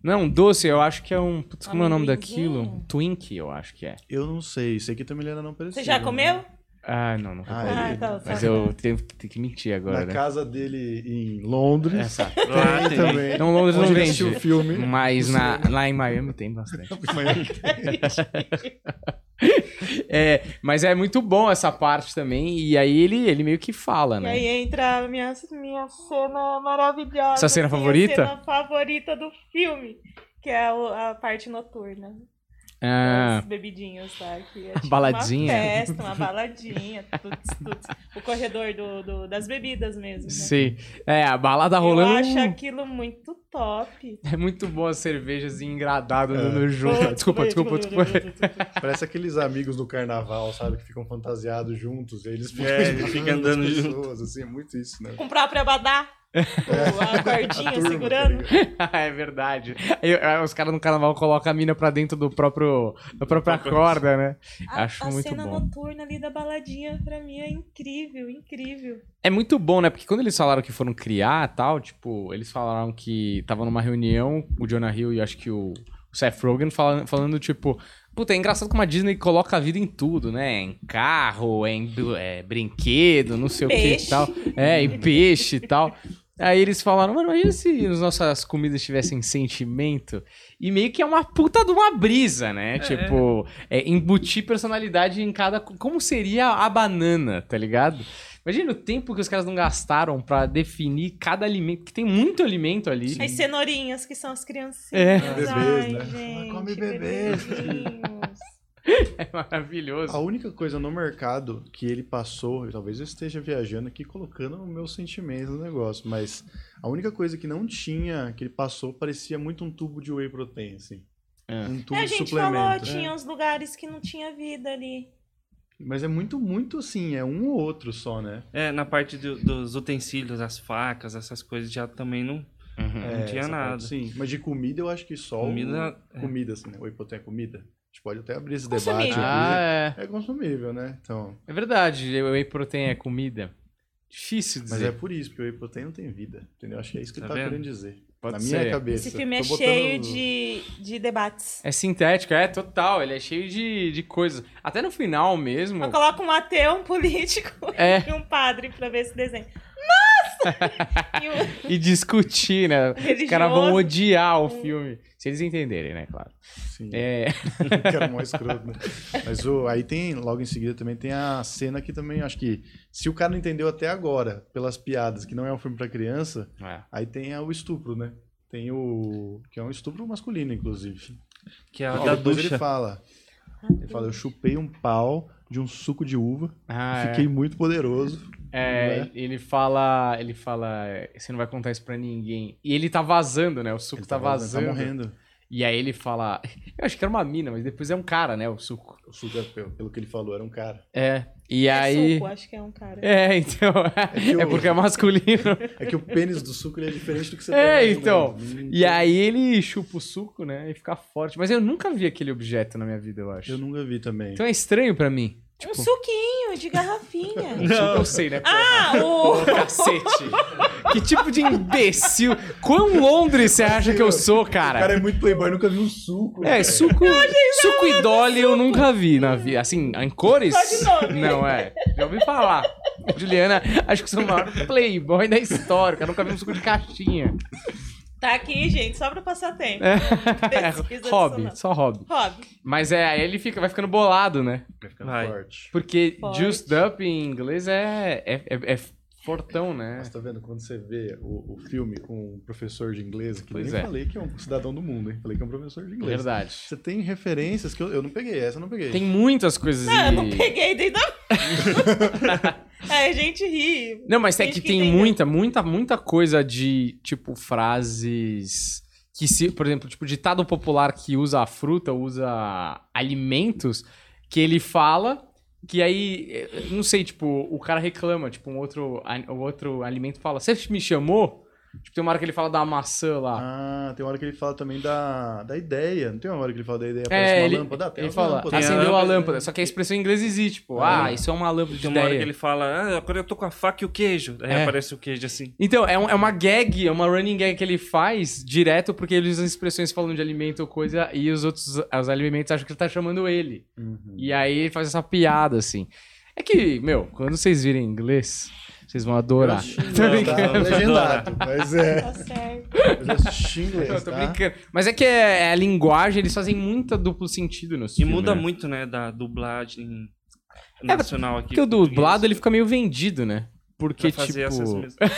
S1: Não, é um doce, eu acho que é um. Putz, como é o nome
S4: Amendoinzinho?
S1: daquilo? Twink, eu acho que é.
S2: Eu não sei, isso aqui também era não né? parecia.
S4: Você já comeu?
S1: Ah, não, não.
S2: Ah,
S1: recordo.
S2: ele-
S4: tá.
S1: Mas
S4: tá. *laughs*
S1: eu tenho, tenho que mentir agora,
S2: Na
S1: né?
S2: casa dele em Londres.
S1: Essa.
S3: Lá
S2: *laughs* Tem
S3: Ah, tem.
S2: também.
S1: Não, Então, Londres não
S2: Onde ele
S1: vende.
S2: assistiu o filme. *laughs*
S1: Mas na, lá em Miami tem bastante.
S2: Mas-
S1: É, É, mas é muito bom essa parte também. E aí ele, ele meio que fala,
S4: E
S1: né?
S4: aí entra a minha, minha cena maravilhosa.
S1: Sua cena
S4: minha
S1: favorita?
S4: cena favorita do filme, que é o- a parte noturna.
S1: Ah,
S4: As bebidinhas lá. Que é tipo
S1: Baladinha.
S4: Uma festa, uma baladinha, tuts, tuts. O corredor do, do- das bebidas mesmo. né?
S1: sim. É, a balada
S4: Eu
S1: rolando. um-
S4: acho aquilo muito top.
S1: É muito bom as cervejas engradadas
S2: É.
S1: andando junto. Desculpa, desculpa, desculpa.
S2: Parece aqueles amigos do carnaval, sabe? Que ficam fantasiados juntos. E eles ficam,
S3: É, eles ficam andando
S2: as pessoas, assim, é muito isso, né?
S4: Com o próprio Abadá. com
S2: *laughs*
S4: A
S2: A
S4: cordinha
S2: turma,
S4: segurando.
S2: tá
S1: *laughs*
S2: ligado?
S1: é verdade. Aí, aí os caras no carnaval colocam a mina pra dentro do próprio, da própria
S3: próprio-
S1: corda, né?
S4: A,
S1: Acho
S4: a
S1: muito
S4: cena
S1: bom.
S4: noturna ali da baladinha, pra mim, é incrível, incrível.
S1: É muito bom, né? Porque quando eles falaram que foram criar tal, tipo, eles falaram que estavam numa reunião, o Jonah Hill e acho que o Seth Rogen falando, falando tipo, puta, é engraçado como a Disney coloca a vida em tudo, né? Em carro, em br- é, brinquedo, não sei o que e
S4: Peixe.
S1: tal. É, em peixe e tal. Aí eles falaram, mano, imagina se as nossas comidas tivessem sentimento. E meio que é uma puta de uma brisa, né? Tipo, é, embutir personalidade em cada. co- Como seria a banana, tá ligado? Imagina o tempo que os caras não gastaram pra definir cada alimento, que tem muito alimento ali. né?
S4: As cenourinhas, que são as criancinhas.
S1: É.
S2: Bebês,
S4: Ai,
S2: né?
S4: gente,
S2: Come bebês.
S4: bebezinhos.
S1: É *laughs* maravilhoso.
S2: A única coisa no mercado que ele passou, e talvez eu esteja viajando aqui colocando o meu sentimento no negócio, mas a única coisa que não tinha, que ele passou, parecia muito um tubo de whey protein, assim.
S1: É.
S2: Um tubo
S4: É, a
S2: de
S4: gente
S2: suplemento. né? É.
S4: falou, tinha uns lugares que não tinha vida ali.
S2: Mas é muito, muito assim, é um ou outro só, né?
S3: É, na parte do- dos utensílios, as facas, essas coisas já também não.
S1: Uhum.
S3: Não
S2: É,
S3: tinha
S2: essa parte,
S3: nada.
S2: sim, mas de comida eu acho que só o-
S3: Comida. é.
S2: comida, assim, né? Whey protein é comida. A gente pode até abrir esse
S4: Consumível.
S2: debate aqui.
S1: Ah,
S2: É consumível, né? Então,
S1: é. É verdade. O whey protein é comida. Difícil
S2: mas
S1: dizer.
S2: é por isso, porque o whey protein não tem vida, entendeu? Acho que é isso que
S3: Tá
S2: ele tá
S3: vendo?
S2: querendo dizer.
S1: Pode
S2: Na
S1: ser.
S2: minha cabeça.
S4: Esse filme é
S2: Tô botando-
S4: cheio de, de debates.
S1: É sintético, é total. Ele é cheio de, de coisas. Até no final mesmo.
S4: Eu coloco um ateu, um político *laughs*
S1: É,
S4: e um padre pra ver esse desenho.
S1: *laughs*
S4: Nossa! E o
S1: e discutir,
S4: *laughs*
S1: né? Os
S4: religioso. É
S1: caras vão odiar o filme. Se eles entenderem, né, claro.
S2: Sim.
S1: É,
S2: *laughs* que era mó escroto, né? Mas o, aí tem, logo em seguida, também tem a cena que também, acho que, se o cara não entendeu até agora, pelas piadas, que não é um filme pra criança,
S1: é.
S2: aí tem a- o estupro, né? Tem o. Que é um estupro masculino, inclusive.
S3: Que é a
S2: Ó,
S3: da
S2: depois
S3: ducha.
S2: ele fala. Ele fala: Eu chupei um pau de um suco de uva,
S1: Ah, é.
S2: fiquei muito poderoso.
S1: É,
S2: Não é?
S1: ele fala, ele fala, você não vai contar isso pra ninguém. E ele tá vazando, né? O suco
S2: Ele
S1: tá, vazando.
S2: Tá morrendo.
S1: E aí ele fala, *laughs* eu acho que era uma mina, mas depois é um cara, né? O suco.
S2: O suco, é- pelo- pelo que ele falou, era um cara.
S1: É. E
S4: É
S1: aí.
S4: suco, acho que é um cara.
S1: É, então. *laughs*
S2: que
S1: É,
S2: o-
S1: porque é masculino.
S2: É que o pênis do suco ele é diferente do que você
S1: É,
S2: tem, né?
S1: então.
S2: Hum,
S1: E aí ele chupa o suco, né? E fica forte. Mas eu nunca vi aquele objeto na minha vida, eu acho.
S2: Eu nunca vi também.
S1: Então é estranho pra mim.
S4: Um suquinho
S1: *laughs*
S4: de garrafinha.
S1: Suco eu sei, né?
S4: ah, o...
S1: Cacete. que tipo de imbecil. Quão Londres você acha que eu sou,
S2: O cara é muito playboy, nunca vi um suco.
S1: É,
S2: cara.
S1: suco, suco e Dolly eu nunca vi na vida. Assim, em cores?
S4: Só de nome.
S1: Não, é. Já ouvi falar. Juliana, acho que sou o maior playboy da história. Cara, nunca vi um suco de caixinha.
S4: Tá aqui, gente, só pra passar tempo.
S1: É.
S4: Pesquisa
S1: hobby,
S4: adicional.
S1: só hobby.
S4: Hobby.
S1: Mas é, aí ele fica, vai ficando bolado, né?
S2: Vai ficando
S3: Vai.
S2: forte.
S1: Porque
S4: Forte.
S1: juiced up em inglês é, é, é, é fortão, né?
S2: Mas tá vendo? Quando você vê o, o filme com um professor de inglês, que
S1: Pois
S2: nem
S1: é.
S2: falei que é um cidadão do mundo, hein? Falei que é um professor de inglês.
S1: Verdade.
S2: Você tem referências que eu, eu não peguei, essa eu não peguei.
S1: Tem muitas coisas.
S4: Não, eu não
S1: e-
S4: peguei desde a... Aí a *laughs* gente ri.
S1: Não, mas é
S4: Tem
S1: que
S4: que
S1: tem
S4: entender.
S1: muita, muita, muita coisa de, tipo, frases que se, por exemplo, tipo, ditado popular que usa a fruta, usa alimentos, que ele fala, que aí, eh, não sei, tipo, o cara reclama, tipo, um outro, a- um outro alimento fala, você me chamou? Tipo, tem uma hora que ele fala da maçã lá.
S2: Ah, tem uma hora que ele fala também da, da ideia. Não tem uma hora que ele fala da ideia, parece
S1: É,
S2: uma
S1: ele,
S2: lâmpada. Ah, tem
S1: ele
S2: uma
S1: fala,
S2: lâmpada.
S1: acendeu a
S3: lâmpada.
S1: lâmpada. Só que a expressão em inglês existe, tipo, ah, isso é uma lâmpada de
S3: Tem uma hora
S1: ideia.
S3: que ele fala, ah, agora eu tô com a faca e o queijo. Aí
S1: É.
S3: aparece o queijo assim.
S1: Então, é, um- é uma gag, é uma running gag que ele faz direto porque ele usa expressões falando de alimento ou coisa e os outros os alimentos acham que ele tá chamando ele.
S2: Uhum.
S1: E aí ele faz essa piada, assim. É que, meu, quando vocês virem inglês, vocês vão adorar.
S2: Eu acho-
S1: Tô
S3: Não,
S1: brincando.
S2: Tá legendado, mas é.
S4: Tá certo.
S2: Eu já
S1: *laughs*
S2: assisti em inglês,
S1: Eu tô
S2: tá?
S1: brincando. Mas é que é, é a linguagem, eles fazem muita duplo sentido nos
S3: E
S1: filmes.
S3: muda
S1: né?
S3: muito, né, da dublagem
S1: mas
S3: nacional aqui.
S1: É, Porque o
S3: português,
S1: dublado ele fica meio vendido, né? Porque,
S3: pra fazer
S1: tipo. *laughs*
S3: essas mesmas-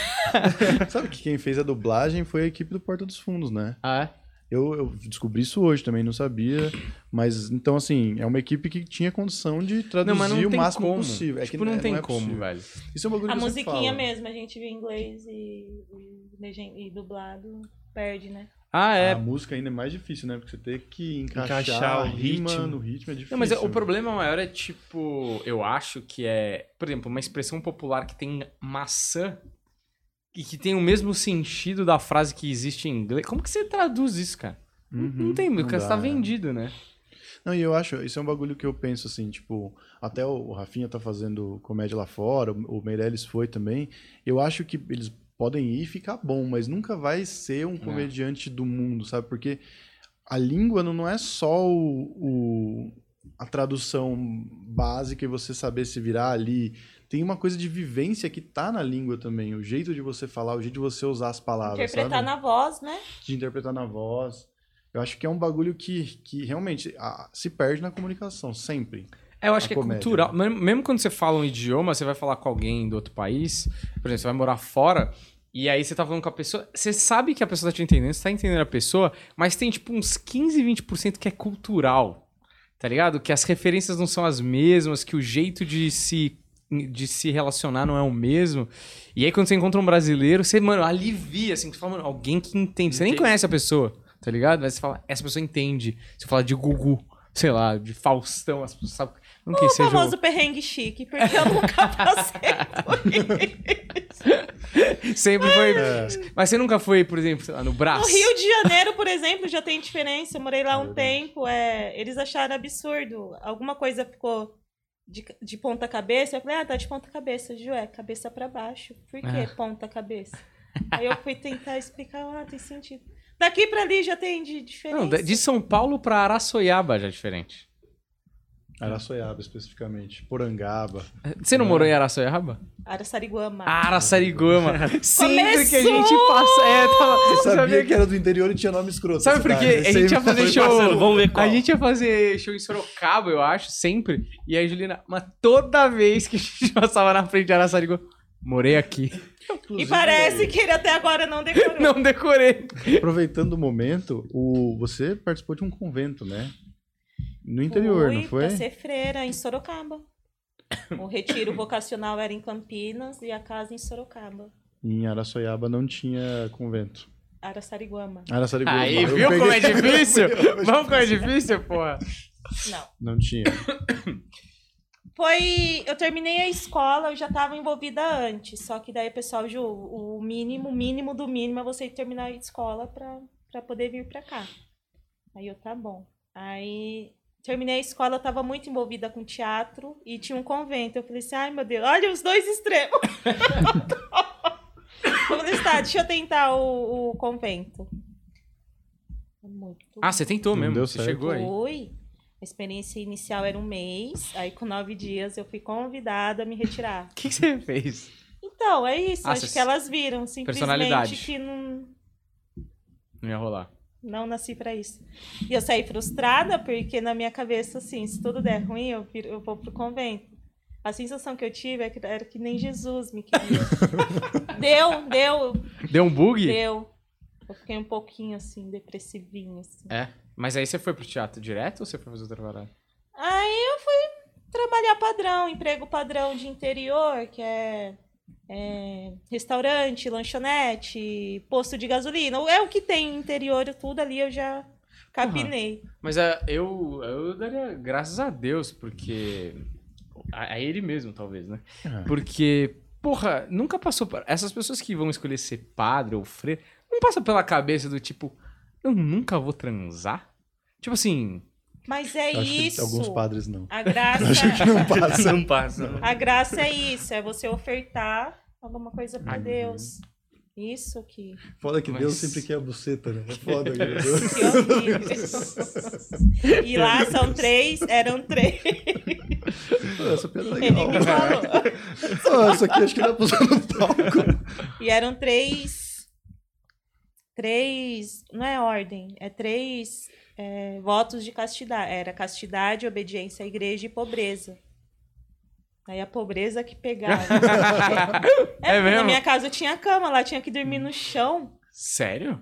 S2: Sabe que quem fez a dublagem foi a equipe do Porta dos Fundos, né?
S1: Ah, é?
S2: Eu, eu descobri isso hoje também, não sabia. Mas, então, assim, é uma equipe que tinha condição de traduzir
S1: Não, mas não
S2: o
S1: tem
S2: máximo
S1: como.
S2: possível. É que
S1: tipo, não
S2: é-
S1: tem
S2: é
S1: como,
S2: possível.
S1: velho.
S2: Isso é um bagulho
S4: A
S2: que eu sempre
S4: musiquinha
S2: falo.
S4: mesmo, a gente viu em inglês e, e, legen- e dublado, perde, né?
S1: Ah, é.
S2: A música ainda é mais difícil, né? Porque você tem que encaixar,
S3: Encaixar o
S2: a rima
S3: ritmo.
S2: no ritmo, é difícil.
S1: Não, mas o problema maior é tipo, eu acho que é, por exemplo, uma expressão popular que tem maçã e que tem o mesmo sentido da frase que existe em inglês. Como que você traduz isso, cara?
S2: Uhum,
S1: não tem, porque
S2: dá,
S1: você tá
S2: né?
S1: vendido, né?
S2: Não, e eu acho, isso é um bagulho que eu penso assim, tipo, até o o Rafinha tá fazendo comédia lá fora, o o Meirelles foi também. Eu acho que eles podem ir e ficar bom, mas nunca vai ser um comediante do mundo, sabe? Porque a língua não não é só o, o- a tradução básica e você saber se virar ali. Tem uma coisa de vivência que tá na língua também, o jeito de você falar, o jeito de você usar as palavras,
S4: Interpretar
S2: sabe?
S4: na voz, né?
S2: de interpretar na voz. Eu acho que é um bagulho que, que realmente ah, se perde na comunicação, sempre.
S1: É, eu acho
S2: A
S1: que
S2: comédia, né?
S1: é cultural. Mesmo- Mesmo quando você fala um idioma, você vai falar com alguém do outro país, por exemplo, você vai morar fora, e aí você tá falando com a pessoa, você sabe que a pessoa tá te entendendo, você tá entendendo a pessoa, mas tem tipo uns 15, 20% que é cultural, tá ligado? Que as referências não são as mesmas, que o jeito de se de se relacionar não é o mesmo. E aí quando você encontra um brasileiro, você, mano, alivia, assim, que você fala, mano, alguém que entende. Você nem
S3: Entende.
S1: conhece a pessoa, tá ligado? Mas você fala, essa pessoa entende. Você fala de Gugu, sei lá, de Faustão, as pessoas sabem. Não que
S4: O
S1: seja um-
S4: famoso perrengue chique, porque eu nunca passei.
S1: Sempre foi.
S2: É.
S1: Mas você nunca foi, por exemplo, sei lá, no
S4: No
S1: braço?
S4: Rio de Janeiro, por exemplo, já tem diferença. Eu morei lá um
S2: verdade.
S4: tempo. é, eles acharam absurdo. Alguma coisa ficou de, de ponta cabeça. Eu falei, ah, tá de ponta cabeça. Ju, é cabeça pra baixo. Por
S2: É.
S4: que
S2: *laughs*
S4: ponta cabeça? Aí eu fui tentar explicar, ah, tem sentido. Daqui pra ali já tem de diferença.
S1: Não, de de São Paulo pra Araçoiaba já é diferente.
S2: Araçoiaba, especificamente. Porangaba.
S1: Você não
S2: É.
S1: morou em Araçoiaba?
S4: Araçariguama.
S2: Ah,
S1: Araçarigama. Sempre que a gente passa. É, tava,
S2: Eu sabia,
S1: sabia
S2: que era do interior e tinha nome escroto.
S1: Sabe por quê? A gente ia fazer
S3: Foi
S1: show.
S3: passando, vamos ver qual.
S1: A gente ia fazer show em Sorocaba, eu acho, sempre. E a Juliana, mas toda vez que a gente *laughs* passava na frente de Araçarigama, morei aqui.
S4: E parece que ele até agora não decorou.
S1: Não decorei.
S2: Aproveitando o momento, o... você participou de um convento, né? No interior,
S4: Fui
S2: não foi?
S4: Pra ser freira em Sorocaba. O retiro vocacional era em Campinas e a casa em Sorocaba.
S2: Em Araçoiaba não tinha convento.
S4: Araçariguama.
S2: Araçariguama.
S1: Aí,
S2: Eu
S1: viu
S2: peguei- *laughs*
S1: como é difícil?
S2: Eu-
S1: Vamos como é difícil, porra.
S4: Não.
S2: Não tinha.
S4: Foi. Eu terminei a escola, eu já estava envolvida antes. Só que daí, pessoal, Ju, o mínimo, o mínimo do mínimo é você terminar a escola pra, pra poder vir pra cá. Aí eu, tá bom. Aí terminei a escola, eu tava muito envolvida com teatro e tinha um convento. Eu falei assim, ai meu Deus, olha os dois extremos. eu falei assim, tá, deixa eu tentar o, o convento. Muito
S1: Ah, você tentou
S2: Não
S1: mesmo.
S2: deu
S1: você
S2: certo.
S1: chegou aí.
S4: Fui. A experiência inicial era um mês, aí com nove dias eu fui convidada a me retirar.
S1: O que, que você fez?
S4: Então, é isso.
S1: Ah,
S4: acho
S1: cês-
S4: que elas viram, simplesmente
S1: Personalidade.
S4: que não,
S1: Não ia rolar.
S4: não nasci pra isso. E eu saí frustrada, porque na minha cabeça, assim, se tudo der ruim, eu, viro- eu vou pro convento. A sensação que eu tive é que- era que nem Jesus
S1: *laughs*
S4: me queria. deu, deu,
S1: Deu um bug?
S4: deu. Eu fiquei um pouquinho, assim, depressivinha, assim.
S1: É. Mas aí você foi pro teatro direto ou você foi fazer outra parada?
S4: Aí eu fui trabalhar padrão, emprego padrão de interior, que é, é, restaurante, lanchonete, posto de gasolina. É o que tem interior, tudo ali eu já capinei.
S1: Mas ah, eu, eu daria graças a Deus, porque. A, a ele mesmo, talvez, né?
S2: Ah.
S1: Porque, porra, nunca passou. por- Essas pessoas que vão escolher ser padre ou freira, não passa pela cabeça do tipo, eu nunca vou transar? Tipo assim, *laughs*
S4: Mas é
S2: Acho que
S4: isso.
S2: alguns padres não. *laughs*
S4: A graça,
S2: Não passa.
S3: *laughs* Não passa. não.
S4: a graça é isso, é você ofertar alguma coisa pra Deus. Isso
S2: *laughs*
S4: que,
S2: Foda que
S1: Mas-
S2: Deus sempre quer a buceta, né? É Foda, cara.
S4: que é eu vi. E lá são três, eram três.
S2: Pô, Essa piada é
S4: *laughs* Ele
S2: legal.
S4: me falou.
S2: Pô, isso aqui acho que dá pra usar no palco.
S4: E eram três. três, não é ordem, é três é, votos de castidade. Era castidade, obediência à igreja e pobreza. Aí a pobreza que pegava. é,
S1: É
S4: porque na
S1: mesmo?
S4: minha casa eu tinha cama, lá tinha que dormir no chão,
S1: Sério?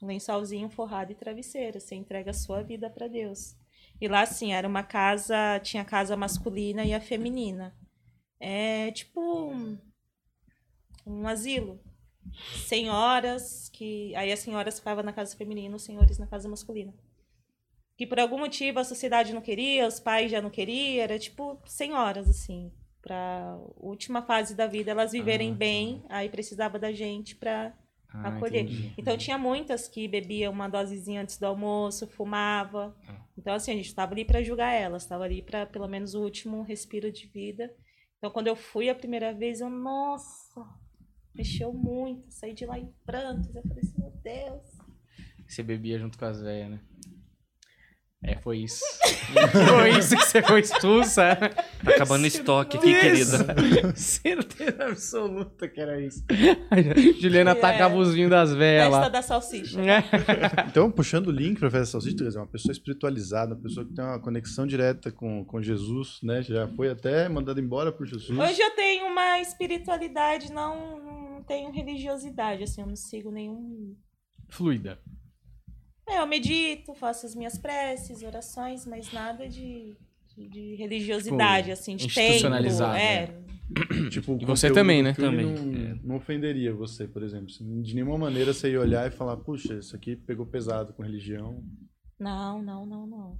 S4: lençolzinho forrado e travesseiro. Você entrega a sua vida para Deus. E lá, assim, era uma casa, tinha a casa masculina e a feminina. É tipo um, um asilo. Senhoras que. Aí as senhoras ficavam na casa feminina, os senhores na casa masculina. Que por algum motivo a sociedade não queria, os pais já não queriam, era tipo senhoras, assim. Pra última fase da vida elas viverem
S1: Ah, tá.
S4: bem, aí precisava da gente pra
S1: Ah,
S4: acolher.
S1: entendi.
S4: Então tinha muitas que bebiam uma dosezinha antes do almoço, fumava.
S1: Ah.
S4: Então assim, a gente estava ali para julgar elas, estava ali para pelo menos o último respiro de vida. Então quando eu fui a primeira vez, eu, nossa, mexeu muito, saí de lá em prantos. Eu falei assim, meu Deus.
S1: Você bebia junto com as velhas, né? É, foi isso. *laughs* foi isso que você foi expulsa.
S3: Tá acabando o estoque aqui,
S1: Isso.
S3: querida.
S1: Certeza absoluta que era isso. *laughs* Juliana
S4: É.
S1: atacava os vinhos das velhas
S4: Festa
S1: lá.
S4: da salsicha.
S2: Então, puxando o link para Festa Salsicha, quer dizer, uma pessoa espiritualizada, uma pessoa que tem uma conexão direta com, com Jesus, né? Já foi até mandada embora por Jesus.
S4: Hoje eu tenho uma espiritualidade, não, não tenho religiosidade, assim, eu não sigo nenhum
S1: *laughs* Fluida.
S4: É, eu medito, faço as minhas preces, orações, mas nada de, de- de religiosidade, assim, de
S1: institucionalizado,
S4: tempo. É.
S2: Tipo, o
S1: E você
S2: conteúdo
S1: também,
S2: do
S1: né?
S2: filme
S3: Também,
S2: Não, não ofenderia você, por exemplo. Se De nenhuma maneira você ia olhar e falar, puxa, isso aqui pegou pesado com religião.
S4: Não, não, não, não.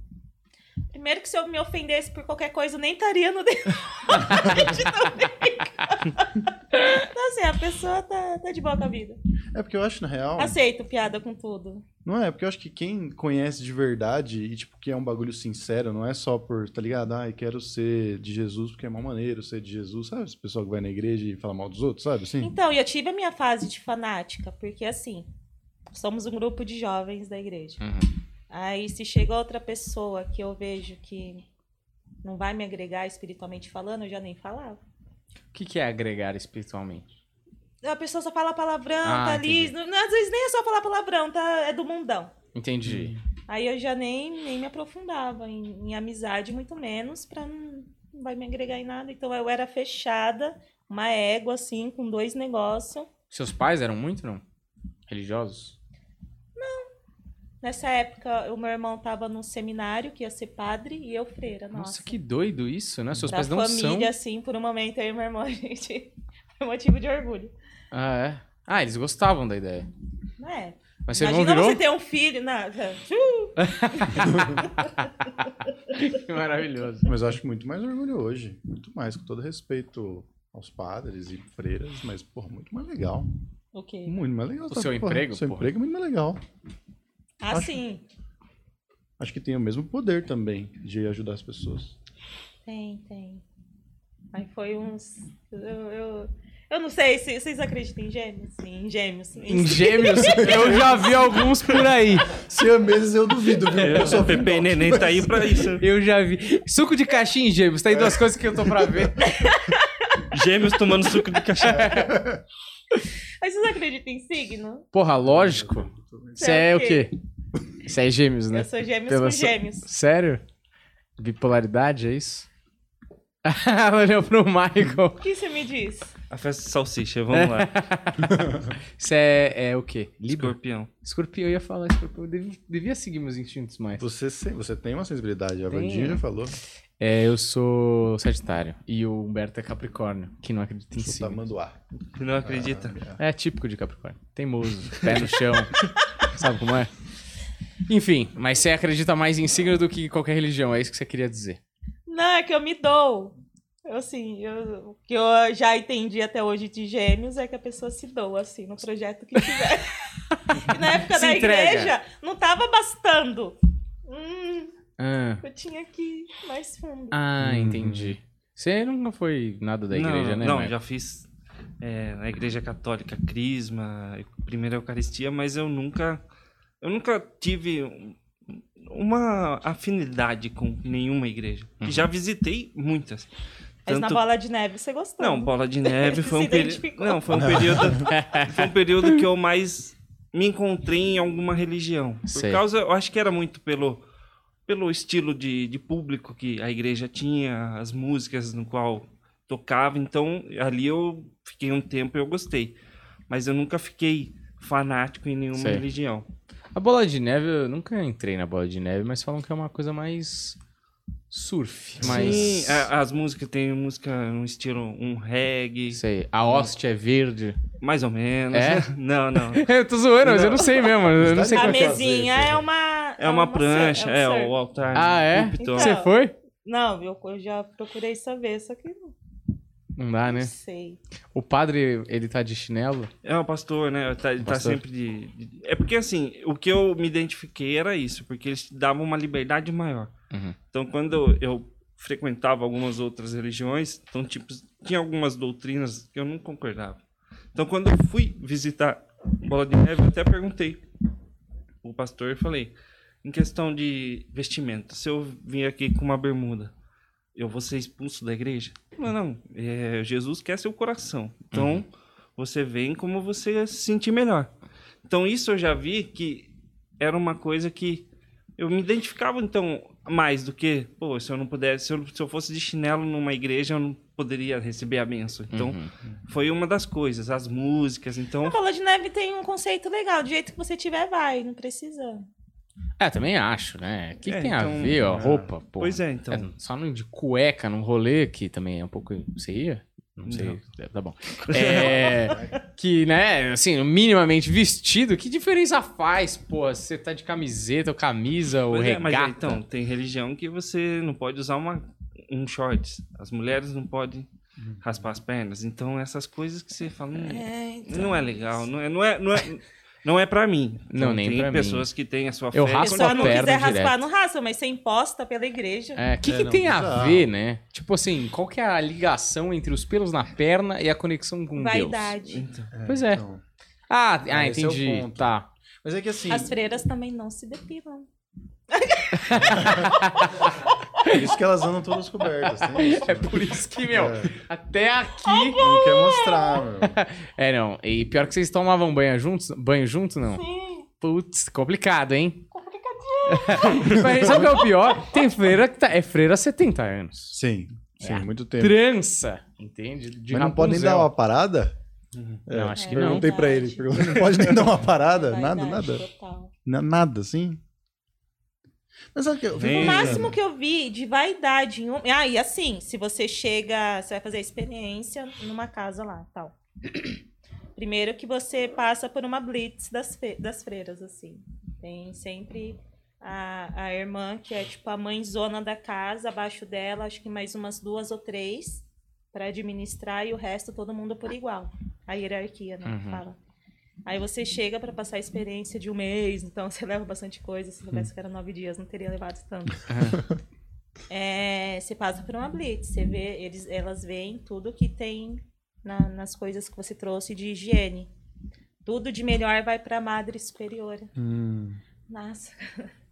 S4: Primeiro que se eu me ofendesse por qualquer coisa, eu nem estaria no *laughs* debate. tô brincando. então, assim, a pessoa tá, tá de boa com a vida.
S2: É porque eu acho, na real.
S4: Aceito piada com tudo.
S2: Não é, porque eu acho que quem conhece de verdade e, tipo, que é um bagulho sincero, não é só por, tá ligado? Ah, eu quero ser de Jesus porque é mal maneiro ser de Jesus, sabe? Esse pessoal que vai na igreja e fala mal dos outros, sabe? Assim.
S4: Então, e eu tive a minha fase de fanática, porque assim, somos um grupo de jovens da igreja.
S1: Uhum.
S4: Aí se chega outra pessoa que eu vejo que não vai me agregar espiritualmente falando, eu já nem falava.
S1: O que, que é agregar espiritualmente?
S4: A pessoa só fala palavrão,
S1: Ah,
S4: tá ali. não- Às vezes nem é só falar palavrão, tá? É do mundão.
S1: Entendi.
S4: Aí eu já nem, nem me aprofundava em, em amizade, muito menos, pra não, não vai me agregar em nada. Então eu era fechada, uma égua, assim, com dois negócios.
S1: Seus pais eram muito, não? Religiosos?
S4: Nessa época, o meu irmão tava num seminário que ia ser padre e eu freira.
S1: Nossa,
S4: Nossa,
S1: que doido isso, né? Seus
S4: da
S1: pais não são...
S4: família, assim, por um momento, eu e meu irmão, *laughs* a gente foi motivo de orgulho.
S1: Ah, é? Ah, eles gostavam da ideia.
S4: Não é?
S1: Mas seu irmão
S4: Imagina
S1: virou?
S4: você ter um filho. Nada.
S1: *laughs* Que maravilhoso.
S2: Mas eu acho muito mais orgulho hoje. Muito mais, com todo respeito aos padres e freiras, mas, porra, muito mais legal.
S4: O
S1: Hum.
S4: quê?
S2: Muito mais legal.
S1: O
S2: tá?
S1: seu emprego,
S2: Seu
S1: porra.
S2: emprego é muito mais legal.
S4: Ah,
S2: Acho-
S4: sim.
S2: Acho que tem o mesmo poder também de ajudar as pessoas.
S4: Tem, tem. Aí foi uns. Eu, eu, eu não sei se vocês acreditam em gêmeos? Sim, em gêmeos.
S1: Em gêmeos, eu já vi alguns por aí.
S2: Se a meses eu duvido, viu?
S3: É, o Pepe e Neném tá aí pra isso.
S1: Eu já vi. Suco de caixinha em gêmeos. Tá aí
S2: É.
S1: duas coisas que eu tô pra ver.
S3: Gêmeos tomando suco de
S1: É.
S3: cachorro.
S4: Mas vocês acreditam em signo?
S1: Porra, lógico. Você é o quê? Você é gêmeos, né?
S4: Eu sou gêmeos
S1: Pela
S4: com
S1: sua-
S4: gêmeos.
S1: Sério? Bipolaridade, é isso? *laughs* Ela olhou pro Michael.
S4: O que você me diz?
S3: A festa de salsicha, vamos lá.
S1: Você é, é o quê? Libra?
S3: Escorpião.
S1: Escorpião, eu ia falar escorpião. Eu devi- devia seguir meus instintos mais.
S2: Você, se- você tem uma sensibilidade, a
S1: Tenho.
S2: Vandinha já falou.
S1: É, eu sou Sagitário. E o Humberto é Capricórnio, que não acredita em
S2: Sou
S1: si.
S2: tamanduá.
S3: Não acredita.
S1: É típico de Capricórnio. Teimoso, pé no *laughs* chão. sabe como é? Enfim, mas você acredita mais em signo do que em qualquer religião, é isso que você queria dizer.
S4: Não, é que eu me dou. Eu, assim, eu- o que eu já entendi até hoje de gêmeos é que a pessoa se doa, assim, no projeto que tiver. e na época
S1: Se
S4: da
S1: entrega.
S4: igreja, não tava bastando. Hum,
S1: Ah,
S4: eu tinha que ir mais fundo.
S1: ah, entendi. Você nunca foi nada da igreja,
S3: não,
S1: né?
S3: Não,
S1: Michael?
S3: já fiz é, na igreja católica, crisma, primeira eucaristia, mas eu nunca, eu nunca tive um- uma afinidade com nenhuma igreja.
S1: Uhum.
S3: Já visitei muitas.
S4: Mas na
S3: Tanto-
S4: bola de neve você gostou.
S3: Não, bola de neve foi
S4: Hum.
S3: um
S4: *laughs* Se
S3: período. *laughs*
S4: identificou.
S3: Não, foi um período. foi um período que eu mais me encontrei em alguma religião. Por
S1: Sei.
S3: causa, eu acho que era muito pelo, pelo estilo de, de público que a igreja tinha, as músicas no qual tocava. Então, ali eu fiquei um tempo e eu gostei. Mas eu nunca fiquei fanático em nenhuma
S1: Sei.
S3: religião.
S1: A bola de neve, eu nunca entrei na bola de neve, mas falam que é uma coisa mais surf, mais...
S3: Sim,
S1: é,
S3: a- as músicas tem música um estilo um reggae,
S1: Sei, a hóstia é verde.
S3: mais ou menos.
S1: É?
S3: *laughs* Não, não.
S1: *laughs* eu tô zoando, mas eu não sei mesmo. Eu não sei
S2: Tá
S1: como
S4: A
S1: é que é.
S2: mesa-
S4: mesinha
S2: fazer,
S4: é uma.
S3: É uma
S4: cer-
S3: prancha,
S4: um
S3: é
S4: cer-
S3: o altar.
S1: Ah, é?
S3: púlpito.
S4: Então-
S1: Você foi?
S4: Não, eu, eu já procurei saber, só que não
S1: Não dá, né?
S4: sei.
S1: O padre, ele tá de chinelo.
S3: É o pastor, né? Tá, tá
S1: Pastor.
S3: sempre de, de- É porque assim, o que eu me identifiquei era isso, porque eles te davam uma liberdade maior.
S1: Uhum.
S3: Então, quando eu frequentava algumas outras religiões, então, tipo, tinha algumas doutrinas que eu não concordava. Então, quando eu fui visitar Bola de Neve, eu até perguntei o pastor e falei: em questão de vestimenta, se eu vim aqui com uma bermuda, eu vou ser expulso da igreja? Não, não. É, Jesus quer seu coração. Então, você vem como você se sentir melhor. Então, isso eu já vi que era uma coisa que eu me identificava, então, mais do que, pô, se eu não pudesse, se eu, se eu fosse de chinelo numa igreja, eu não poderia receber a benção. Então,
S1: Uhum.
S3: foi uma das coisas, as músicas,
S4: A
S3: então.
S4: bola de neve tem um conceito legal. Do jeito que você tiver, vai. Não precisa.
S1: É, também acho, né? O que, que
S3: É,
S1: tem a
S3: então,
S1: ver, ó?
S2: é.
S1: Roupa, pô.
S3: Pois é, então.
S1: só no, de cueca, num rolê, que também é um pouco. Você ia? Não sei.
S3: Não.
S1: É, Tá bom. É, que, né, assim, minimamente vestido, que diferença faz, pô? Se Você tá de camiseta ou camisa ou
S3: Pois é, mas
S1: regata.
S3: é, então, tem religião que você não pode usar uma, um shorts. As mulheres não podem raspar as pernas. Então, essas coisas que você fala. "Hum,
S4: É, então.
S3: Não é legal, não é, não é, não é, não é pra mim.
S1: Não, nem
S3: tem
S1: pra mim.
S3: pessoas que têm a sua fé.
S1: Eu
S4: A
S1: raspo
S3: quando-
S1: a
S4: pessoa não
S1: perna
S4: quiser raspar,
S1: direto.
S4: não raspa, mas ser imposta pela igreja.
S1: É, o que,
S2: É,
S1: que
S2: não,
S1: tem a
S2: bizarro.
S1: ver, né? Tipo assim, qual que é a ligação entre os pelos na perna e a conexão com Deus?
S4: Vaidade.
S3: Então,
S1: Pois é.
S2: então.
S1: Ah, ah
S2: É, esse é o
S1: entendi.
S2: ponto.
S1: tá. *laughs*
S2: Mas é que assim.
S4: As freiras também não se depilam.
S2: Por isso que elas andam todas cobertas. Tem isso,
S1: É
S2: né?
S1: por isso que, meu,
S2: É,
S1: até aqui.
S2: não quer mostrar, meu.
S1: É, não. E pior que vocês tomavam banho juntos? Banho junto, não?
S4: Sim,
S1: Putz, complicado, hein?
S4: complicadinho.
S1: Mas sabe o que é o pior? Tem freira que tá. É freira há 70 anos.
S2: Sim, sim,
S1: É.
S2: muito tempo.
S1: Trança. Entende? De
S2: Mas não pode nem
S1: Rapunzel.
S2: dar uma parada?
S1: Não, acho
S4: É.
S1: que não.
S2: perguntei pra ele. perguntei, Não pode nem dar uma parada? nada,
S4: Vaidade
S2: nada.
S4: total.
S2: Na- Nada, sim. Mas sabe o que eu fico
S3: Vem.
S4: O
S3: Sim.
S4: máximo que eu vi de vaidade em um. Ah, e assim, se você chega, você vai fazer a experiência numa casa lá, tal. Primeiro que você passa por uma blitz das, fe- das freiras, assim. Tem sempre a, a irmã, que é tipo a mãezona da casa, abaixo dela, acho que mais umas duas ou três para administrar e o resto todo mundo por igual. A hierarquia, né?
S1: Uhum.
S4: Fala. Aí você chega para passar a experiência de um mês, então *laughs* você leva bastante coisa. Se soubesse que era nove dias, não teria levado tanto. É, você passa por uma blitz, você vê, eles, elas veem tudo que tem na- nas coisas que você trouxe de higiene. Tudo de melhor vai para madre superiora.
S2: Hum.
S4: Nossa,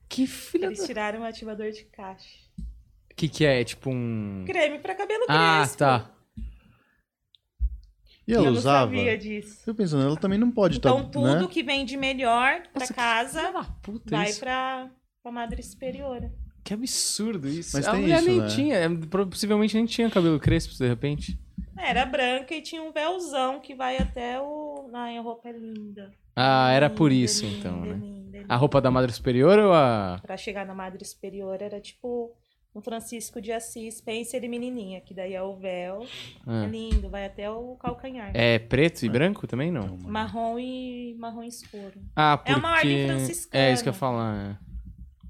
S1: Que filha
S4: eles
S1: da...
S4: tiraram o ativador de caixa.
S1: Que que é? É Tipo um...
S4: Creme para cabelo
S1: Ah,
S4: crespo.
S1: tá.
S2: E
S4: Eu
S2: ela
S4: não
S2: usava?
S4: sabia disso.
S2: Eu pensando, ela também não pode estar.
S4: Então tudo
S2: né?
S4: que vem de melhor pra
S1: Nossa, que
S4: casa
S1: Filha da puta é
S4: vai
S1: isso.
S4: pra, pra madre superiora.
S1: Que absurdo isso.
S2: Mas
S1: a
S2: tem
S1: mulher
S2: isso,
S1: nem
S2: né?
S1: tinha. é, Possivelmente nem tinha cabelo crespo, de repente.
S4: Era branca e tinha um véuzão que vai até o. Ai, a roupa é linda.
S1: Ah, era por
S4: Linda,
S1: isso,
S4: linda,
S1: então, né?
S4: linda, linda.
S1: A roupa da Madre Superior ou a...
S4: Pra chegar na madre superiora era tipo um Francisco de Assis, pense ele menininha, que daí é o véu. É
S1: Ah.
S4: lindo, vai até o calcanhar.
S1: É preto e branco também, não?
S2: Então, mano.
S4: Marrom e marrom escuro.
S1: Ah,
S4: É
S1: porque...
S4: uma ordem franciscana.
S1: É isso que eu ia falar. é.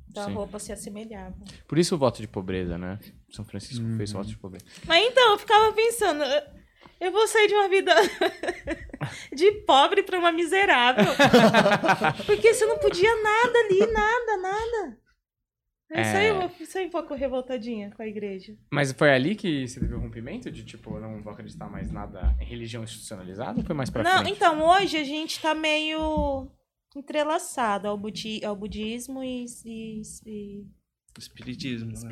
S4: Então
S1: Sim.
S4: a roupa se assemelhava.
S1: Por isso o voto de pobreza, né? São Francisco fez
S2: Uhum.
S1: voto de pobreza.
S4: Mas então, eu ficava pensando, eu- eu vou sair de uma vida *laughs* de pobre pra uma miserável.
S1: *laughs*
S4: Porque você não podia nada ali, nada, nada. É isso aí,
S1: É.
S4: eu vou- isso aí um pouco revoltadinha com a igreja.
S1: Mas foi ali que você teve o rompimento de, tipo, não vou acreditar mais nada em religião institucionalizada? Ou foi mais pra
S4: não,
S1: frente?
S4: então, hoje a gente tá meio entrelaçado ao, budi ao budismo e, e- e-
S3: espiritismo. né? É uma das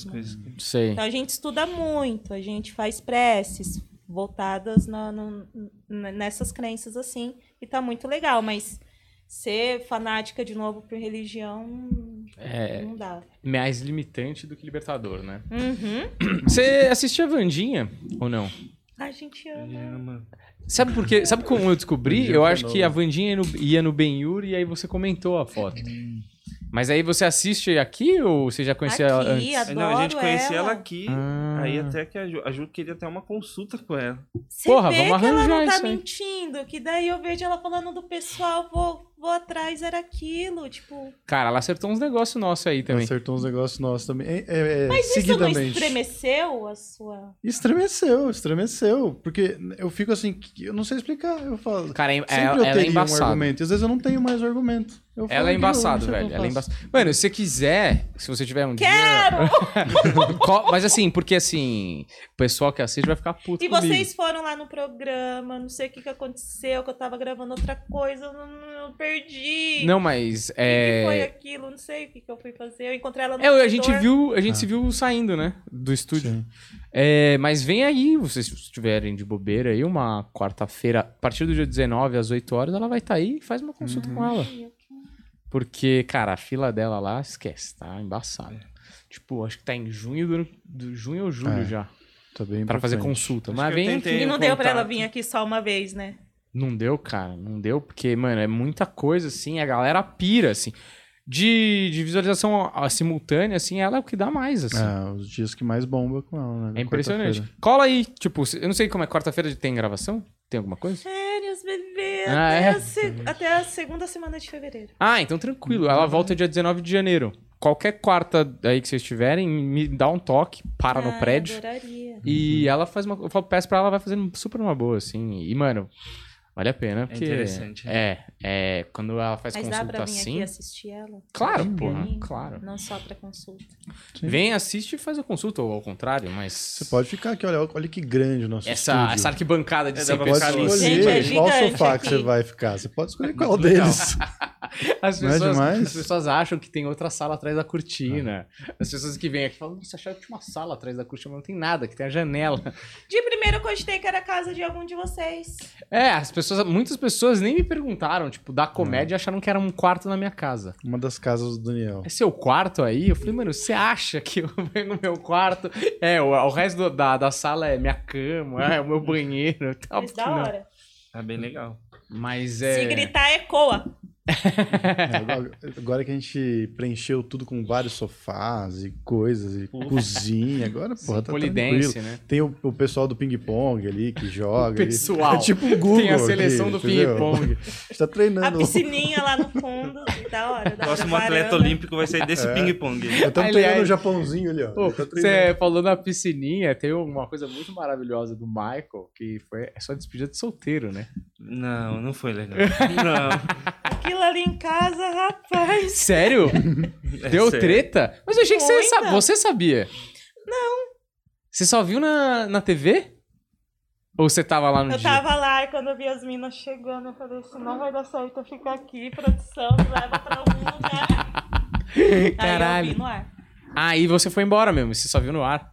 S4: Espiritismo.
S3: coisas que.
S1: Sei.
S4: Então a gente estuda muito, a gente faz preces voltadas na- no- n- nessas crenças assim, e tá muito legal, mas ser fanática de novo por religião não-
S1: É
S4: não dava.
S1: mais limitante do que libertador, né?
S4: Uhum.
S1: Você assistia Vandinha ou não?
S4: A gente
S1: É.
S4: ama.
S3: Chama.
S1: Sabe por quê? Sabe como eu descobri?
S2: Vandinha
S1: Eu
S2: foi
S1: acho que
S2: nova.
S1: a Vandinha ia no, ia no Ben-Hur e aí você comentou a foto. Mas aí você assiste aqui ou você já conhecia ela
S4: Aqui,
S1: antes?
S4: a-
S3: Aí, Não, a gente
S4: Adoro
S3: conhecia ela,
S4: ela.
S3: aqui.
S1: Ah.
S3: Aí até que a Ju, a Ju queria ter uma consulta com ela.
S4: Você
S1: Porra,
S4: vê
S1: vamos
S4: que ela
S1: arranjar
S4: não tá
S1: isso aí.
S4: mentindo, que daí eu vejo ela falando do pessoal, vou, vou atrás, era aquilo, tipo...
S1: Cara, ela acertou uns negócios nossos aí também.
S2: Acertou uns negócios nossos também. É, é, é,
S4: Mas isso não
S2: seguidamente.
S4: estremeceu a sua...
S2: Estremeceu, estremeceu. Porque eu fico assim, que- eu não sei explicar. Eu falo.
S1: Cara, é,
S2: Sempre
S1: ela,
S2: eu
S1: ela é
S2: teria um
S1: embaçada.
S2: argumento. e Às vezes eu não tenho mais argumento. Eu falo
S1: ela é
S2: que eu não
S1: embaçada,
S2: sei o que eu
S1: velho. Ela é
S2: faço.
S1: embaçada. Mano, se você quiser, se você tiver um
S4: Quero!
S1: dia. Co- Mas assim, porque assim, o pessoal que assiste vai ficar puto.
S4: E
S1: comigo.
S4: vocês foram lá no programa, não sei o que, que aconteceu, que eu tava gravando outra coisa, eu não- eu perdi.
S1: Não, mas.
S4: O que que foi
S1: É...
S4: aquilo? Não sei o que, que eu fui fazer. Eu encontrei ela no
S1: É, a gente
S4: corredor.
S1: viu, a gente
S2: Ah.
S1: se viu saindo, né? Do estúdio.
S2: Sim.
S1: É, mas vem aí, vocês estiverem de bobeira aí, uma quarta-feira, a partir do dia 19 às 8 horas, ela vai estar aí e faz uma consulta
S2: Uhum.
S1: com ela. Porque, cara, a fila dela lá, esquece, tá embaçada. Tipo, acho que tá em junho do, ano- do junho ou julho
S2: É.
S1: já,
S2: Tá bem
S1: Pra fazer
S2: importante.
S1: consulta.
S3: Acho
S1: Mas
S3: que eu
S1: vem,
S3: tentei
S4: E não
S3: o
S4: deu pra ela
S3: contato.
S4: vir aqui só uma vez, né?
S1: Não deu, cara, não deu, porque, mano, é muita coisa, assim, a galera pira, assim. De, de visualização a- simultânea, assim, ela é o que dá mais, assim.
S2: Ah, os dias que mais bomba com ela, né?
S1: É impressionante. Cola aí, tipo, se- eu não sei como é, quarta-feira tem gravação? Tem alguma coisa?
S4: Férias, bebê.
S1: Ah,
S4: até,
S1: é?
S4: a se- até a segunda semana de fevereiro.
S1: Ah, então tranquilo,
S3: Uhum.
S1: ela volta dia 19 de janeiro. Qualquer quarta aí que vocês tiverem, me dá um toque, para
S4: Ah,
S1: no prédio.
S4: Adoraria.
S1: E ela faz uma. Eu falo, peço pra ela, ela vai fazendo super uma boa, assim. E, mano, vale a pena. Porque
S3: É interessante,
S1: É, é. Quando ela faz
S4: Mas dá
S1: consulta
S4: pra vir
S1: assim.
S4: aqui assistir ela?
S1: Claro,
S4: Sim.
S1: porra,
S4: Sim.
S1: claro.
S4: Não só pra consulta.
S2: Sim.
S1: Vem, assiste e faz a consulta, ou ao contrário, mas.
S2: Você pode ficar aqui, olha, olha que grande o nosso
S1: Essa,
S2: estúdio.
S1: essa arquibancada
S3: É,
S1: de
S3: dá
S1: 100
S3: pra
S2: Pode
S3: ficar
S1: pessoas.
S3: ali.
S2: escolher
S4: Gente, é
S2: qual
S4: gigante
S2: sofá que
S4: aqui.
S2: você vai ficar. Você pode escolher qual
S1: *laughs*
S3: Legal.
S2: deles.
S1: As
S2: Não é
S1: pessoas,
S2: demais?
S1: as pessoas acham que tem outra sala atrás da cortina. As pessoas que vêm aqui falam, nossa, acharam que tinha uma sala atrás da cortina, mas não tem nada, que tem a janela.
S4: De primeiro eu cogitei que era a casa de algum de vocês.
S1: É, as pessoas, muitas pessoas nem me perguntaram, tipo, da comédia, acharam que era um quarto na minha casa.
S2: Uma das casas do
S1: *laughs*
S2: Daniel.
S1: É seu quarto aí? Eu falei, mano, você acha que eu *laughs* venho no meu quarto? É, o, o resto do- da, da sala é minha cama, é o meu banheiro e tal.
S4: Mas
S1: porque
S4: da
S1: não.
S4: hora.
S3: Tá bem legal.
S1: Mas
S4: Se
S1: é.
S4: gritar, ecoa.
S2: É, agora- Agora que a gente preencheu tudo com vários sofás e coisas, e
S3: Ufa.
S2: cozinha, agora, porra, tá tranquilo.
S1: Polidense, né?
S2: Tem o, o pessoal do ping-pong ali que joga. ali.
S1: pessoal.
S2: É tipo um Google.
S1: Tem a seleção do
S2: aqui, entendeu? *laughs*
S1: ping-pong.
S2: A gente tá
S4: A
S2: treinando.
S4: piscininha lá
S1: *laughs*
S4: no fundo, da hora. Da
S3: O próximo
S4: hora,
S3: atleta
S4: varanda.
S3: olímpico vai sair desse
S2: É.
S3: ping-pong.
S2: Eu tô treinando
S1: Aliás-
S2: o Japãozinho ali, ó.
S1: Pô, é-
S2: Ele tá treinando.
S1: Você falou na piscininha, tem uma coisa muito maravilhosa do Michael, que foi é só despedida de solteiro, né?
S3: Não, não foi
S1: *laughs*
S3: legal. Não.
S4: Aquilo ali em casa,
S1: *laughs*
S4: rapaz.
S1: Sério?
S3: é
S2: *laughs*
S1: Deu
S3: sério.
S1: treta? Mas eu achei que você,
S4: Muita.
S1: sa- você sabia. Não. Você só viu na, na TV? Ou você tava
S3: Um
S1: lá no
S4: Eu
S1: dia? *laughs*
S4: tava lá e quando eu vi as minas chegando, eu falei assim, não vai dar certo eu ficar aqui, produção, me leva pra algum lugar. Aí eu
S1: Caralho.
S4: vi no ar.
S1: Aí você foi embora mesmo, você só viu no ar.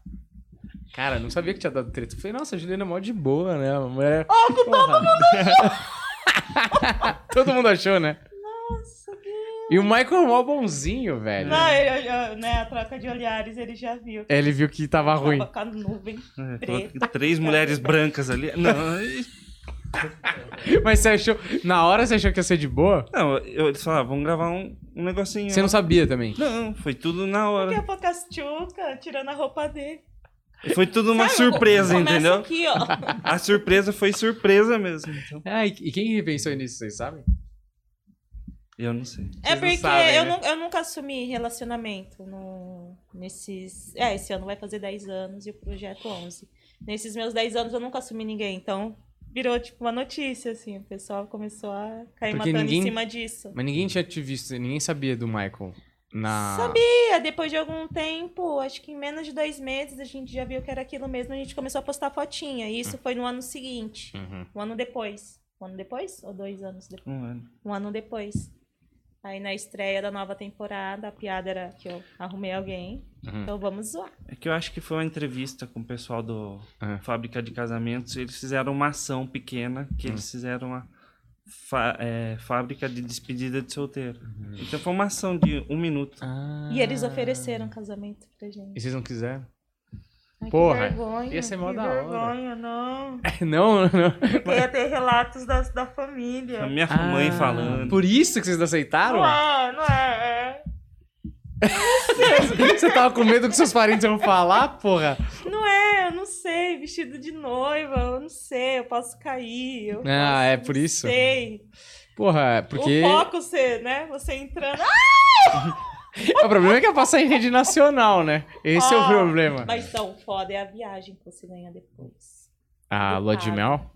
S1: Cara, eu não sabia que tinha dado treta. Eu falei, nossa, a Juliana é mó de boa, né? A mulher... Oh, que todo mundo achou! *laughs* todo mundo achou, né?
S4: Nossa, Deus.
S1: E o Michael é mó bonzinho,
S3: É.
S1: velho.
S4: Não, ele olhou, né, a troca de olhares, ele já viu.
S1: Ele viu que tava Tá ruim.
S4: Tava com a nuvem.
S3: É, coloca três mulheres brancas ali. Não, e-
S1: Mas você achou... Na hora você achou que ia ser de boa?
S3: não eu, eles falaram, vamos gravar um, um negocinho.
S1: Você não sabia também?
S3: Não, foi tudo na
S4: Daqui
S3: hora.
S4: a pouco as tchuca, tirando a roupa dele.
S3: Foi tudo uma
S4: Sabe,
S3: surpresa,
S4: começa
S3: entendeu?
S4: aqui,
S3: *laughs*
S4: ó.
S3: A surpresa foi surpresa mesmo. então.
S1: Ah, e e quem pensou nisso, vocês sabem?
S3: eu não sei.
S4: É
S1: Vocês não
S4: porque
S1: sabem,
S4: eu,
S1: né?
S4: nu- eu nunca assumi relacionamento no, nesses. É, esse ano vai fazer 10 anos e o projeto 11. Nesses meus 10 anos eu nunca assumi ninguém, então virou tipo uma notícia, assim. O pessoal começou a cair
S1: Porque
S4: matando
S1: ninguém-
S4: em cima disso.
S1: Mas ninguém tinha te visto, ninguém sabia do Michael. Na...
S4: Sabia. E aí, depois de algum tempo, acho que em menos de dois meses, a gente já viu que era aquilo mesmo, a gente começou a postar fotinha. E
S1: Hum.
S4: isso foi no ano seguinte,
S1: Uhum.
S4: um ano depois. Um ano depois? Ou dois anos depois?
S3: Um ano.
S4: um ano depois. Aí na estreia da nova temporada, a piada era que eu arrumei alguém,
S1: Uhum.
S4: então vamos zoar.
S3: É que eu acho que foi uma entrevista com o pessoal do
S1: Ah. Hum.
S3: Fábrica de Casamentos. Eles fizeram uma ação pequena, que eles fizeram uma fa- é, fábrica de despedida de solteiro.
S1: Uhum.
S3: Então foi uma ação de um minuto.
S4: E
S1: Ah.
S4: eles ofereceram casamento pra gente.
S1: E vocês não quiseram?
S4: Ai,
S1: Porra,
S4: que vergonha.
S1: ia ser mó
S4: que
S1: da hora. *laughs*
S4: vergonha, não.
S1: *laughs* Não, não.
S4: Eu ia ter relatos da, da
S3: A
S4: família.
S3: minha
S1: Ah,
S3: mãe falando.
S1: Por isso que vocês não aceitaram?
S4: Não é, não é, é.
S1: *laughs* Você tava com medo que seus parentes iam falar, porra?
S4: Não é, eu não sei. Vestido de noiva, eu não sei. Eu posso cair. Eu
S1: Ah, é
S4: posso-
S1: por isso?
S4: Não sei.
S1: Porra, é, porque.
S4: O foco, você, né? Você entrando. Ah,
S1: *laughs* O problema é que ia passar em rede nacional, né? Esse é o
S4: Ó,
S1: problema.
S4: Ah. Mas não, o foda é a viagem que você ganha depois.
S1: A Ah, lua de mel?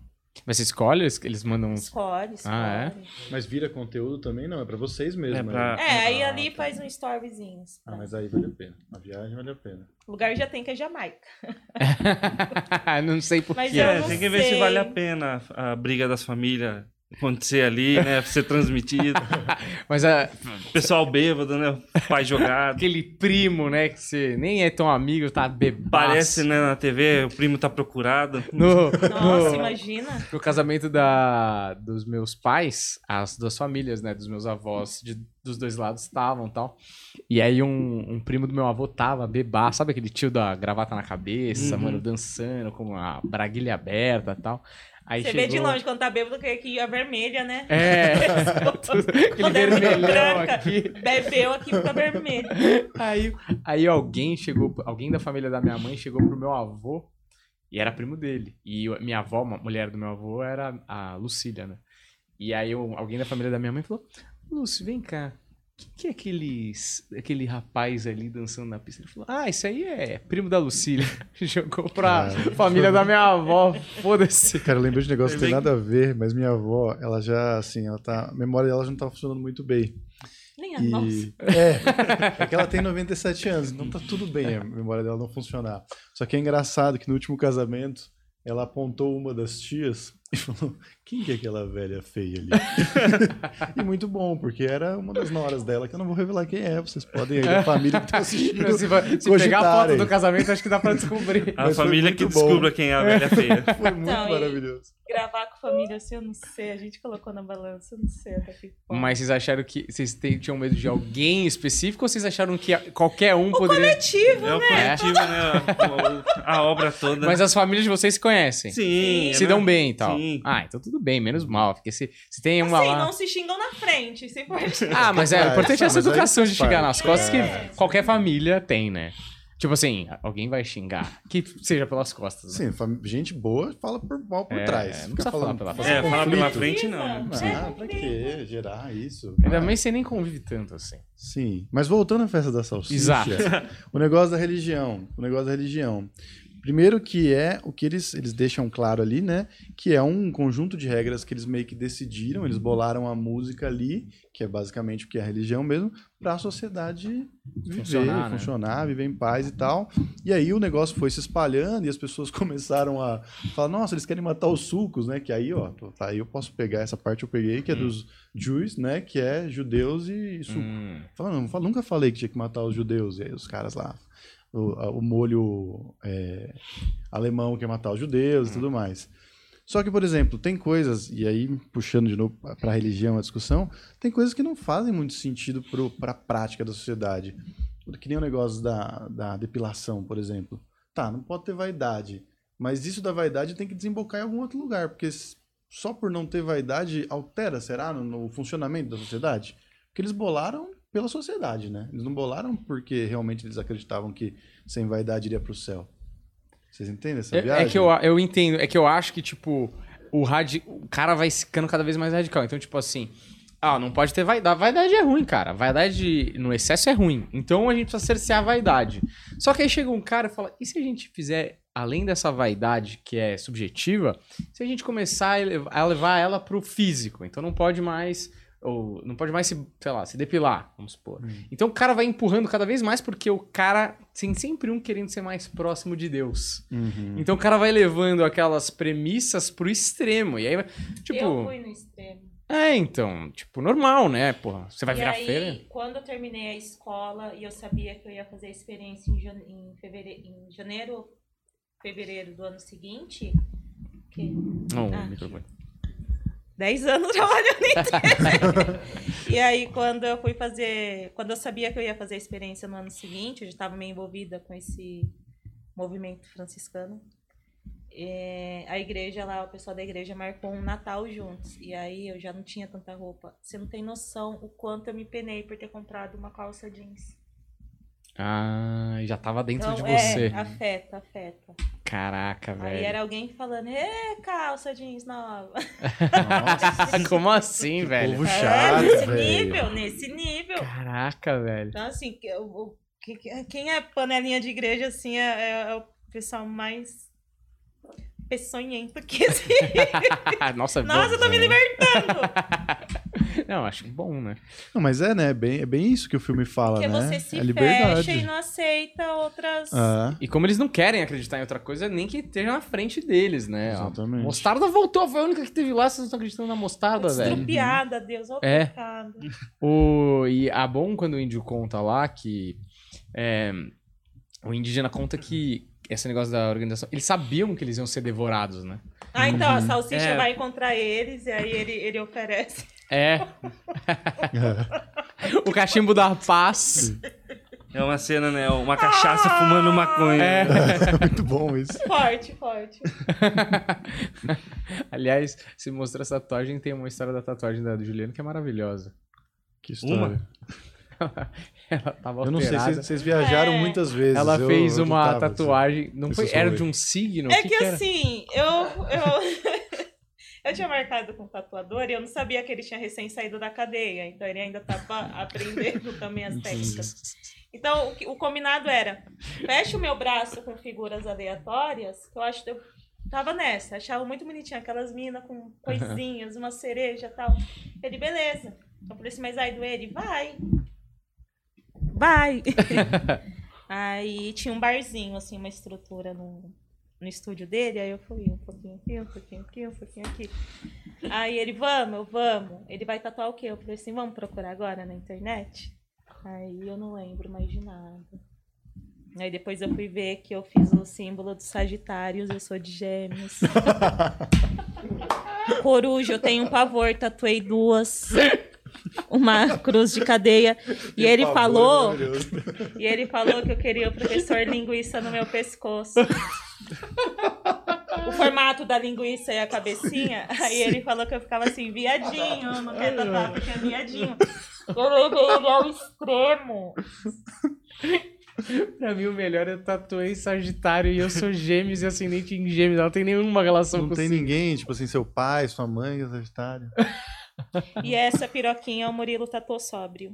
S1: Mas você escolhe? Eles- Eles mandam.
S4: Escolhe, escolhe.
S1: Hum. Ah,
S5: Mas vira conteúdo também não, é pra vocês mesmo.
S3: É
S5: né?
S3: pra-
S4: É, aí
S5: Ah,
S4: ali
S5: tá.
S4: faz um storyzinho.
S5: Ah, mas aí vale a pena. A viagem vale a pena.
S4: O lugar já tem que é Jamaica.
S1: *laughs* não sei por
S4: Mas
S1: quê.
S4: eu
S3: É,
S4: não
S3: tem que ver se
S4: sei.
S3: vale a pena a a briga das famílias acontecer ali, né? Ser
S4: *laughs*
S3: transmitido.
S1: Mas ah,
S3: Pessoal bêbado, né? Pai jogado.
S1: aquele primo, né? Que você nem é tão amigo, tá bebaço.
S3: Parece, né, na TV, o primo tá procurado.
S1: No,
S4: Nossa,
S1: no-
S4: imagina.
S1: no casamento da, dos meus pais, as duas famílias, né? Dos meus avós, de- dos dois lados estavam e tal. E aí um, um primo do meu avô tava bebar, sabe aquele tio da gravata na cabeça,
S3: Uhum.
S1: mano, dançando com a braguilha aberta e tal. Aí
S4: Você
S1: chegou...
S4: vê de longe quando tá bêbado que aqui é vermelha, né? *laughs*
S1: É, *laughs* aquele
S4: Quando é muito
S1: vermelhão
S4: branca.
S1: aqui.
S4: Bebeu aqui fica vermelho.
S1: Aí, aí alguém chegou, alguém da família da minha mãe chegou pro meu avô e era primo dele. E o- minha avó, uma mulher do meu avô, era a Lucília, né? E aí eu- alguém da família da minha mãe falou: Lúcio, vem cá. O que, que é aqueles, aquele rapaz ali dançando na pista? Ele falou: Ah, isso aí é primo da Lucília. *laughs* Jogou pra
S2: Ah.
S1: família da minha avó.
S2: *laughs*
S1: Foda-se.
S2: Cara, eu lembrei de um negócio que tem
S3: Ele vem-
S2: nada a ver, mas minha avó, ela já, assim, ela tá. A memória dela já não tá funcionando muito bem.
S4: Nem a *laughs* nossa.
S2: E, é, é que ela tem 97 anos, então tá tudo bem a memória dela não funcionar. Só que é engraçado que no último casamento, ela apontou uma das tias e falou: Quem que é aquela velha feia ali? *laughs* e muito bom, porque era uma das noras dela, que eu não vou revelar quem é, vocês podem aí, a família que tá assistindo.
S1: Se, vai- se pegar a foto
S2: cogitarem.
S1: do casamento, acho que dá pra descobrir.
S3: A
S2: Mas foi
S3: família
S2: muito
S3: que
S2: bom.
S3: descubra quem é a
S4: *laughs*
S3: velha feia.
S2: Foi muito
S4: Não, Então, e-
S2: maravilhoso.
S4: Gravar com família assim, eu não sei. A gente colocou na balança, eu não sei até que ponto.
S1: Mas vocês acharam que. Vocês te- tinham medo de alguém específico ou vocês acharam que a- qualquer um poderia.
S4: Coletivo,
S3: É o coletivo, né? A, a obra toda.
S1: Mas as famílias de vocês se conhecem.
S3: né? Sim.
S1: Se
S3: né?
S1: dão bem e tal.
S3: Sim.
S1: Ah, então tudo bem, menos mal. Porque se, se tem uma
S4: assim,
S1: lá.
S4: não se xingam na frente. Se for...
S1: Ah, mas é, o
S2: Ah,
S1: importante é essa
S2: mas aí
S1: educação de
S2: faz
S1: xingar
S2: parte.
S1: nas costas
S4: É.
S1: que qualquer família tem, né? Tipo assim, alguém vai xingar. Que seja pelas costas. né?
S2: Sim, fam- gente boa fala por mal por
S1: É,
S2: trás.
S1: não
S2: Fica
S1: precisa falar
S2: falando-
S1: pela
S2: fazendo
S3: É, falar pela
S2: conflito.
S3: frente não.
S4: É
S2: Ah, pra que gerar isso?
S1: Ainda bem que você nem convive tanto assim.
S2: Sim. Mas voltando à festa da salsicha.
S1: Exato.
S2: *laughs* O negócio da religião. O negócio da religião. Primeiro que é o que eles, eles deixam claro ali, né? Que é um conjunto de regras que eles meio que decidiram,
S1: Uhum.
S2: eles bolaram a música ali, que é basicamente o que é a religião mesmo, para a sociedade viver,
S1: Funcionar, né?
S2: funcionar, viver em paz e tal. E aí o negócio foi se espalhando e as pessoas *laughs* começaram a falar, nossa, eles querem matar os sucos, né? Que aí, ó, tô- tá, aí eu posso pegar essa parte eu peguei, que é
S1: Hum.
S2: dos Jews, né? Que é judeus e sucos.
S1: Hum.
S2: Fala, não, fa- nunca falei que tinha que matar os judeus. E aí os caras lá, o, a- o molho é, alemão quer matar os judeus e tudo mais. Só que, por exemplo, tem coisas, e aí puxando de novo para a religião a discussão, tem coisas que não fazem muito sentido para a prática da sociedade. Que nem o negócio da, da depilação, por exemplo. Tá, não pode ter vaidade, mas isso da vaidade tem que desembocar em algum outro lugar, porque s- só por não ter vaidade altera, será, no- no funcionamento da sociedade? Porque eles bolaram pela sociedade, né? Eles não bolaram porque realmente eles acreditavam que sem vaidade iria pro céu. Vocês entendem essa
S1: É,
S2: viagem?
S1: é que eu, eu entendo, é que eu acho que, tipo, o, radi... o cara vai ficando cada vez mais radical. Então, tipo assim, ah, não pode ter vaidade. Vaidade é ruim, cara. Vaidade no excesso é ruim. Então a gente precisa cercear a vaidade. Só que aí chega um cara e fala: e se a gente fizer, além dessa vaidade que é subjetiva, se a gente começar a ele- a levar ela pro físico? Então não pode mais. Ou não pode mais se, sei lá, se depilar, vamos supor. Então o cara vai empurrando cada vez mais porque o cara tem sempre um querendo ser mais próximo de Deus. *laughs*
S2: Uhum.
S1: Então o cara vai levando aquelas premissas pro extremo. E aí, vai-
S4: Eu
S1: tipo.
S4: fui no extremo.
S1: É, então. Tipo, normal, né? Porra, você vai
S4: e
S1: virar
S4: aí,
S1: feira?
S4: quando eu terminei a escola e eu sabia que eu ia fazer a experiência em, jane- em fevereiro, em janeiro, fevereiro do ano seguinte, que
S1: Não, o
S4: Ah.
S1: microfone.
S4: 10 anos *laughs* trabalhando em tênis. e aí, quando eu fui fazer. Quando eu sabia que eu ia fazer a experiência no ano seguinte, eu já estava meio envolvida com esse movimento franciscano. é, a igreja lá, o pessoal da igreja marcou um Natal juntos. E aí eu já não tinha tanta roupa. Você não tem noção o quanto eu me penei por ter comprado uma calça jeans.
S1: Ah, já tava dentro de
S4: é,
S1: você.
S4: afeta, afeta.
S1: Caraca,
S4: Aí
S1: *laughs* velho.
S4: era alguém falando, ê, calça jeans nova.
S1: Como assim, velho?
S2: Povo
S4: *laughs* É,
S2: chato,
S4: nesse
S2: velho.
S4: nível, nesse nível.
S1: Caraca,
S4: *laughs*
S1: velho.
S4: Então, assim, que- o- o- que- que- quem é panelinha de igreja, assim, é, é o pessoal mais peçonhento
S2: *laughs*
S4: que
S2: É
S4: existe.
S1: Nossa, é
S4: Nossa, eu tô me libertando!
S1: Não, acho bom, né?
S2: Não, mas é, né? É bem, é bem isso que o filme fala,
S4: Porque
S2: né?
S4: você se
S2: é
S4: fecha e
S2: liberdade.
S4: não aceita outras...
S2: Ah,
S1: E como eles não querem acreditar em outra coisa, nem que esteja na frente deles, né?
S2: Exatamente.
S1: A mostarda voltou, foi a única que teve lá, vocês não estão acreditando na mostarda, velho.
S4: Estrupiada, Deus, ó,
S1: É.
S4: pecado.
S1: O, e a bom quando o índio conta lá que é, o indígena conta que esse negócio da organização, eles sabiam que eles iam ser devorados, né?
S4: Ah, então,
S2: Uhum.
S4: a salsicha
S3: É.
S4: vai encontrar eles e aí ele, ele oferece. *laughs*
S1: É. o cachimbo da paz.
S2: *laughs*
S3: É uma cena, né? Uma cachaça
S4: Ah!
S3: fumando maconha.
S1: É.
S2: *laughs* muito bom isso.
S4: Forte, forte.
S1: Aliás, se mostrar essa tatuagem, tem uma história da tatuagem da Juliana que é maravilhosa. *laughs*
S2: Que história.
S1: Ela tava
S2: Eu não sei,
S1: alterada.
S2: vocês, vocês viajaram
S4: É.
S2: muitas vezes.
S1: Ela
S2: eu-
S1: fez
S2: eu
S1: uma
S2: tava, assim.
S1: tatuagem. Não
S2: Eu
S1: foi,
S2: sou
S1: era
S2: só
S1: de um signo?
S4: É
S1: O
S4: que,
S1: que era?
S4: assim, eu. Eu, *laughs* eu tinha marcado com o tatuador e eu não sabia que ele tinha recém saído da cadeia. Então ele ainda tava aprendendo também as técnicas. Então o, que- o combinado era: fecha o meu braço com figuras aleatórias, que eu acho que eu tava nessa. Achava muito bonitinho aquelas minas com coisinhas, uma cereja e tal. Ele, beleza. Eu falei assim, mas vai doer? Ele, vai. Vai. aí tinha um barzinho, assim, uma estrutura no, no estúdio dele. Aí eu fui um pouquinho aqui, um pouquinho aqui, um pouquinho aqui. Aí ele, vamos, eu vamos. Ele vai tatuar o quê? Eu falei assim, vamos procurar agora na internet? Aí eu não lembro mais de nada. Aí depois eu fui ver que eu fiz o símbolo dos Sagitários, eu sou de Gêmeos. Coruja, eu tenho um pavor, tatuei duas. Uma cruz de cadeia. E ele
S2: Pavor, né?
S4: falou.
S2: maravilhoso.
S4: E ele falou que eu queria o professor linguiça no meu pescoço. O formato da linguiça e a cabecinha. Aí ele falou que eu ficava assim, viadinho, eu não quero tatuar porque é viadinho. Eu levei ele ao extremo.
S1: Pra mim, o melhor é tatuei Sagitário e eu sou gêmeos e ascendente em gêmeos. Ela não tem nenhuma relação
S2: Não
S1: com
S2: tem
S1: signo.
S2: ninguém, tipo assim, seu pai, sua mãe, é Sagitário.
S4: E essa piroquinha o Murilo tatuou sóbrio.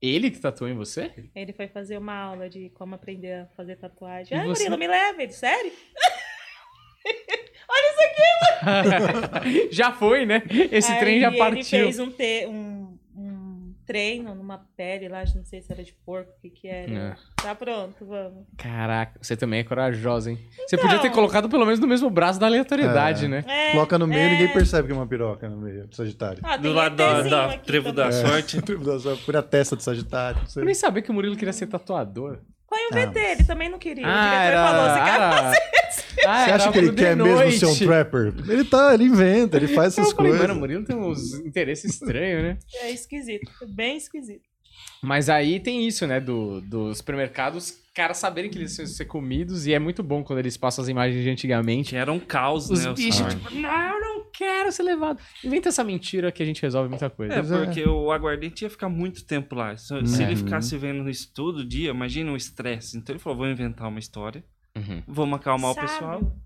S1: Ele que tatuou em você?
S4: Ele foi fazer uma aula de como aprender a fazer tatuagem.
S1: E
S4: Ai,
S1: você-
S4: Murilo, me leva. Ele, sério?
S1: *laughs* já foi, né? Esse
S4: Aí
S1: trem já
S4: É, Ele
S1: partiu.
S4: fez um, te- um- um treino numa pele lá, não sei se era de porco, o que que era.
S1: É.
S4: Tá pronto, vamos.
S1: Caraca, você também é corajosa, hein? Você
S4: Então.
S1: podia ter colocado pelo menos no mesmo braço da aleatoriedade,
S2: É.
S1: né?
S4: É,
S2: Coloca no meio,
S4: é.
S2: ninguém percebe que é uma piroca no meio, do Sagitário.
S4: Ah,
S3: Do
S4: tem
S3: lado da,
S4: ETzinho
S3: da
S4: aqui
S3: trevo da
S4: também.
S1: É.
S3: sorte.
S2: Tipo, da sua- Por a testa do Sagitário. não sei.
S1: Eu nem sabia que o Murilo queria ser tatuador.
S4: Põe é o
S2: Ah,
S4: VT, ele também não queria. o diretor falou, você quer
S1: Ah,
S2: Você
S1: era
S2: acha que ele
S1: algo de
S2: quer
S1: noite.
S2: mesmo ser um trapper? Ele tá, ele inventa, ele faz
S1: Eu
S2: essas
S1: falei,
S2: coisas.
S1: mano, o Murilo tem uns interesses estranhos, né?
S4: É esquisito, bem esquisito.
S1: Mas aí tem isso, né? Do, dos supermercados, os caras saberem que eles iam ser comidos, e é muito bom quando eles passam as imagens de antigamente.
S3: Que era um caos,
S1: Os
S3: né? os
S1: bichos,
S3: caras.
S1: tipo, não, eu não quero ser levado. Inventa essa mentira que a gente resolve muita coisa.
S3: É, porque o aguardente ia ficar muito tempo lá. Se, se
S1: É.
S3: ele ficasse vendo isso todo dia, imagina o estresse. Então ele falou: vou inventar uma história,
S1: Uhum.
S3: vamos acalmar
S4: Sábio.
S3: o pessoal.